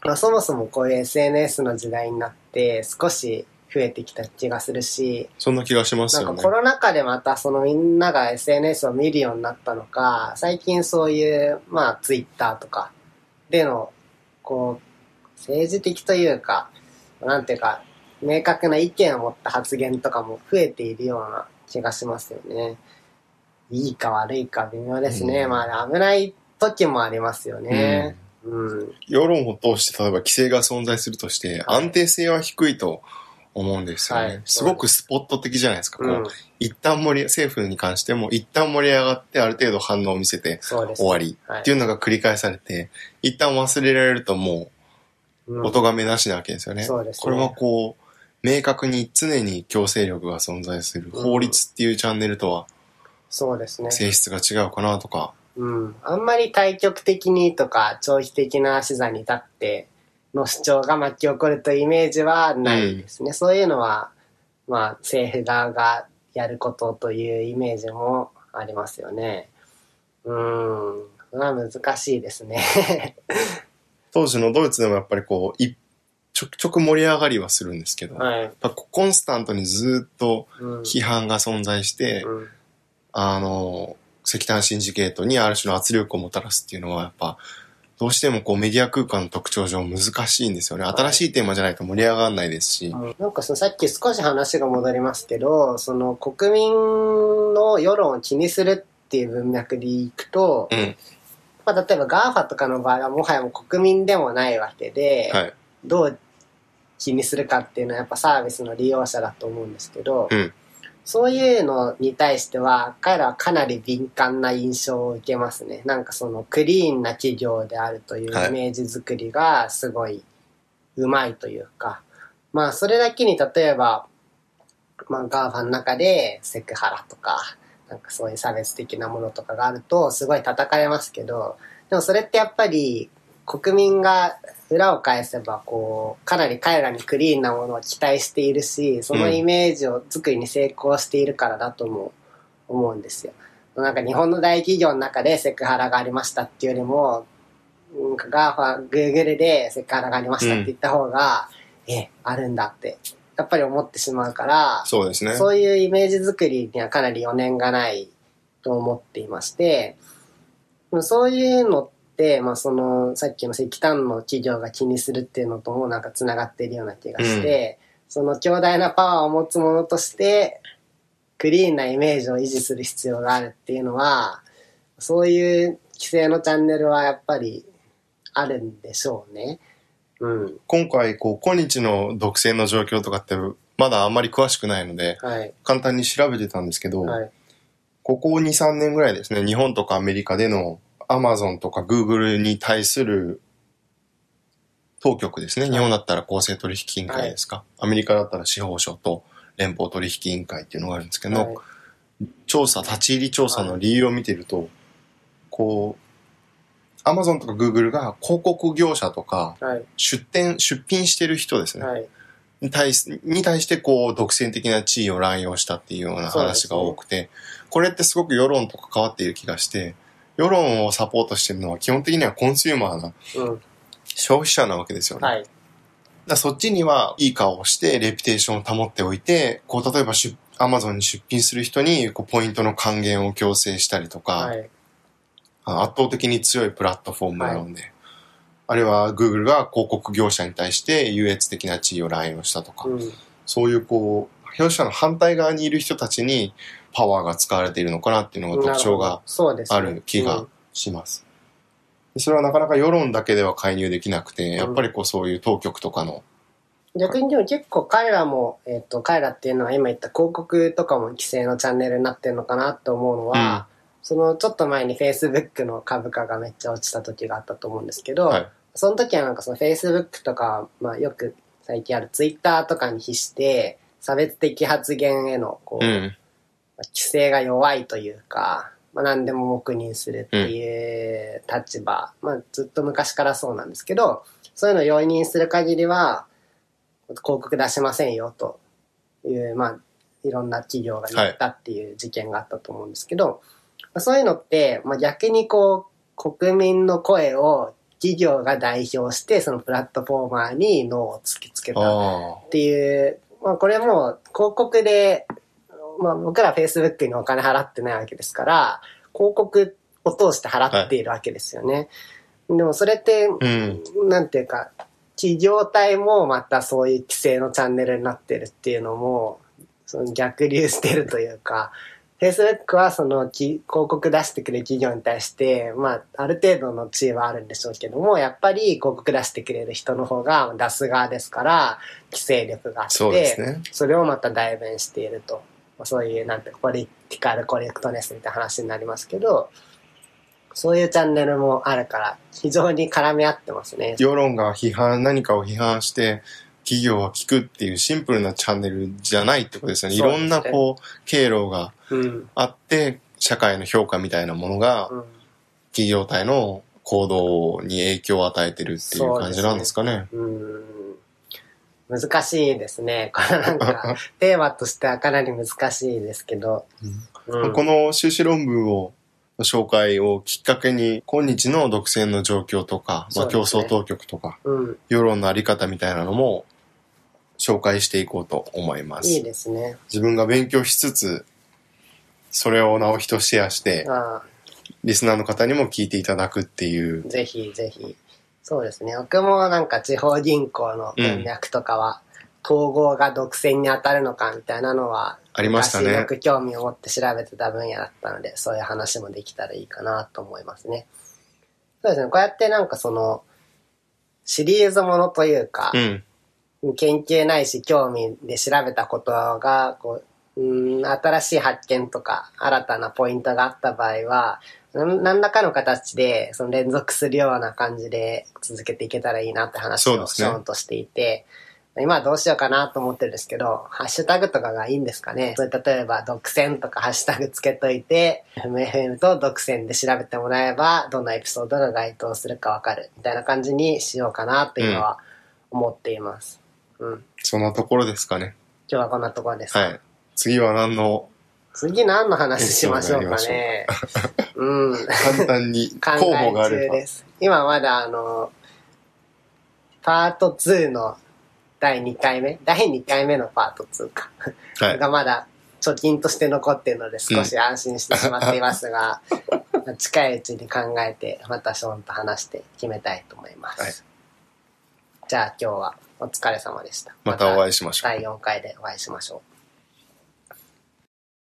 Speaker 2: まあ、そもそもこういう SNS の時代になって少し増えてきた気がするし、
Speaker 1: そんな気がします
Speaker 2: なん
Speaker 1: よ
Speaker 2: か
Speaker 1: ね
Speaker 2: コ。ロナ禍でまたそのみんなが SNS を見るようになったのか、最近そういう、まあ Twitter とかでの、こう、政治的というか、なんていうか、明確な意見を持った発言とかも増えているような気がしますよね。いいか悪いか微妙ですね。
Speaker 1: うん
Speaker 2: まあ危ない時もありますよね。うん。
Speaker 1: 世論を通して例えば規制が存在するとして
Speaker 2: はい
Speaker 1: 安定性は低いと思うんですよね。
Speaker 2: はい
Speaker 1: すごくスポット的じゃないですか。
Speaker 2: う
Speaker 1: こ
Speaker 2: ん
Speaker 1: う。一旦盛り、政府に関しても一旦盛り上がってある程度反応を見せて
Speaker 2: そうです。
Speaker 1: 終わり
Speaker 2: はい
Speaker 1: っていうのが繰り返されて、一旦忘れられるとも
Speaker 2: う
Speaker 1: うんお咎めなしなわけですよね。
Speaker 2: そうですね
Speaker 1: これはこう、明確に常に強制力が存在する
Speaker 2: うん
Speaker 1: 法律っていうチャンネルとは
Speaker 2: そうですね。
Speaker 1: 性質が違うかなとか、
Speaker 2: うん、あんまり対極的にとか長期的な視座に立っての主張が巻き起こるというイメージはないですね、そういうのは、まあ、政府側がやることというイメージもありますよねうんそれは難しいですね
Speaker 1: 当時のドイツでもやっぱりこう、いちょくちょく盛り上がりはするんですけど、
Speaker 2: はい、
Speaker 1: やっぱコンスタントにずっと
Speaker 2: うん
Speaker 1: 批判が存在して、
Speaker 2: うん
Speaker 1: あの、石炭シンジケートにある種の圧力をもたらすっていうのはやっぱ、どうしてもこうメディア空間の特徴上難しいんですよね。
Speaker 2: い
Speaker 1: 新しいテーマじゃないと盛り上がらないですし。
Speaker 2: なんかそのさっき少し話が戻りますけどその国民の世論を気にするっていう文脈でいくと、
Speaker 1: うん。
Speaker 2: まあ、例えば GAFA とかの場合はもはやもう国民でもないわけで、
Speaker 1: はい。
Speaker 2: どう気にするかっていうのはやっぱサービスの利用者だと思うんですけど、
Speaker 1: うん
Speaker 2: そういうのに対しては彼らはかなり敏感な印象を受けますねなんかそのクリーンな企業であるという
Speaker 1: はい
Speaker 2: イメージ作りがすごいうまいというか、まあそれだけに例えば、まあ GAFA の中でセクハラとか、なんかそういう差別的なものとかがあるとすごい叩かれますけど、でもそれってやっぱり国民が裏を返せばこう、かなり彼らにクリーンなものを期待しているし、そのイメージを作りに成功しているからだとも思うんですよ。なんか日本の大企業の中でセクハラがありましたっていうよりも、うん、ガーファ、グーグルでセクハラがありましたって言った方が、え、あるんだって、やっぱり思ってしまうから、
Speaker 1: そうですね。
Speaker 2: そういうイメージ作りにはかなり余念がないと思っていまして、でもそういうのって、まあ、そのさっきの石炭の企業が気にするっていうのともなんかつながっているような気がして、その強大なパワーを持つものとしてクリーンなイメージを維持する必要があるっていうのはそういう規制のチャンネルはやっぱりあるんでしょうね。うん、
Speaker 1: 今回、こう、今日の独占の状況とかって、まだあんまり詳しくないので、
Speaker 2: はい、
Speaker 1: 簡単に調べてたんですけど、
Speaker 2: はい、
Speaker 1: ここ2、3年ぐらいですね、日本とかアメリカでの Amazon とか Google に対する当局ですね。日本だったら公正取引委員会ですか。アメリカだったら司法省と連邦取引委員会っていうのがあるんですけど、
Speaker 2: はい
Speaker 1: 調査、立ち入り調査の理由を見てると、こう、アマゾンとかグーグルが広告業者とか
Speaker 2: はい
Speaker 1: 出店、出品してる人ですね。
Speaker 2: はい
Speaker 1: に対しに対してこう独占的な地位を乱用したっていうような話が多くて、これってすごく世論と関わっている気がして、世論をサポートしてるのは基本的にはコンシューマーな
Speaker 2: うん
Speaker 1: 消費者なわけですよね。
Speaker 2: はい
Speaker 1: だからそっちにはいい顔をして、レピュテーションを保っておいて、こう、例えば出、アマゾンに出品する人に、こう、ポイントの還元を強制したりとか、
Speaker 2: はい
Speaker 1: あ圧倒的に強いプラットフォームなので、あるいは Google が広告業者に対して優越的な地位を乱用したとか、
Speaker 2: うん
Speaker 1: そういうこう、消費者の反対側にいる人たちにパワーが使われているのかなっていうのが特徴
Speaker 2: なるほ
Speaker 1: が
Speaker 2: どそうですね
Speaker 1: ある気
Speaker 2: う
Speaker 1: が
Speaker 2: ん
Speaker 1: します。でそれはなかなか世論だけでは介入できなくて、やっぱりこうそういう当局とかの、
Speaker 2: 逆にでも結構彼らも、えっと彼らっていうのは今言った広告とかも規制のチャンネルになってるのかなと思うのは、そのちょっと前に Facebook の株価がめっちゃ落ちた時があったと思うんですけど、
Speaker 1: はい
Speaker 2: その時はなんかその Facebook とか、まあよく最近ある Twitter とかに比して、差別的発言へのこう、
Speaker 1: うん、
Speaker 2: 規制が弱いというか、まあ、何でも黙認するっていう立場、まあ、ずっと昔からそうなんですけどそういうのを容認する限りは広告出しませんよという、まあ、いろんな企業が言ったっていう事件があったと思うんですけど、まあそういうのって、まあ、逆にこう国民の声を企業が代表してそのプラットフォーマーに脳を突きつけた
Speaker 1: ああ、
Speaker 2: っていう、まあこれもう広告で、まあ僕ら Facebook にお金払ってないわけですから、広告を通して払っているわけですよね。でもそれって、
Speaker 1: うん、
Speaker 2: なんていうか、企業体もまたそういう規制のチャンネルになってるっていうのも、その逆流してるというか、Facebook はそのき広告出してくれる企業に対して、まあ、ある程度の地位はあるんでしょうけども、やっぱり広告出してくれる人の方が出す側ですから、規制力があって、
Speaker 1: そうですね。
Speaker 2: それをまた代弁していると。まあそういう、なんて、ポリティカルコレクトネスみたいな話になりますけど、そういうチャンネルもあるから、非常に絡み合ってますね。
Speaker 1: 世論が批判、何かを批判して、企業は聞くっていうシンプルなチャンネルじゃないってことですよね。い
Speaker 2: そうで
Speaker 1: ろ
Speaker 2: すね
Speaker 1: んなこう、経路が
Speaker 2: うん。
Speaker 1: あって、社会の評価みたいなものが
Speaker 2: う、ん。
Speaker 1: 企業体の行動に影響を与えてるっていう感じなんですかね。
Speaker 2: うん。難しいですね。 <laughs> これな
Speaker 1: <laughs>
Speaker 2: んか、テーマとしてはかなり難しいですけど。うん
Speaker 1: この修士論文を、の紹介をきっかけに、今日の独占の状況とか、ま
Speaker 2: そ
Speaker 1: あ、
Speaker 2: う
Speaker 1: 競
Speaker 2: ですね
Speaker 1: 争当局とか、
Speaker 2: うん。
Speaker 1: 世論のあり方みたいなのも、紹介していこうと思います。
Speaker 2: いいですね。
Speaker 1: 自分が勉強しつつ、それを直人とシェアして、
Speaker 2: ああ
Speaker 1: リスナーの方にも聞いていただくっていう。
Speaker 2: ぜひぜひ。そうですね。僕もなんか地方銀行の文脈とかは、統合が独占に当たるのかみたいなのは、
Speaker 1: ありましたね
Speaker 2: 昔よく興味を持って調べてた分野だったので、そういう話もできたらいいかなと思いますね。そうですね。こうやってなんかその、シリーズものというか、
Speaker 1: うん。
Speaker 2: 研究ないし興味で調べたことがこううん新しい発見とか新たなポイントがあった場合はなん何らかの形でその連続するような感じで続けていけたらいいなって話
Speaker 1: そう
Speaker 2: を
Speaker 1: です
Speaker 2: シ
Speaker 1: ね
Speaker 2: ョーンとしていて、今はどうしようかなと思ってるんですけどハッシュタグとかがいいんですかねそれ例えば独占とかハッシュタグつけといて MFM と独占で調べてもらえばどんなエピソードが該当するかわかるみたいな感じにしようかなというのは思っています。うん。
Speaker 1: そんなところですかね。
Speaker 2: 今日はこんなところです。
Speaker 1: はい。次は何の
Speaker 2: 次何の話しましょうかね。うん。
Speaker 1: 簡単に
Speaker 2: <laughs> 考
Speaker 1: 候補
Speaker 2: え
Speaker 1: があ
Speaker 2: 中
Speaker 1: れば。
Speaker 2: です。今まだあの、パート2の第2回目第2回目のパート2か。
Speaker 1: はい。
Speaker 2: がまだ貯金として残っているので少し安心してしまっています
Speaker 1: <laughs>
Speaker 2: が、近いうちに考えて、またショーンと話して決めたいと思います。
Speaker 1: はい
Speaker 2: じゃあ今日はお疲れ様でした。
Speaker 1: またお会いしましょう。
Speaker 2: 第4回でお会いしましょう。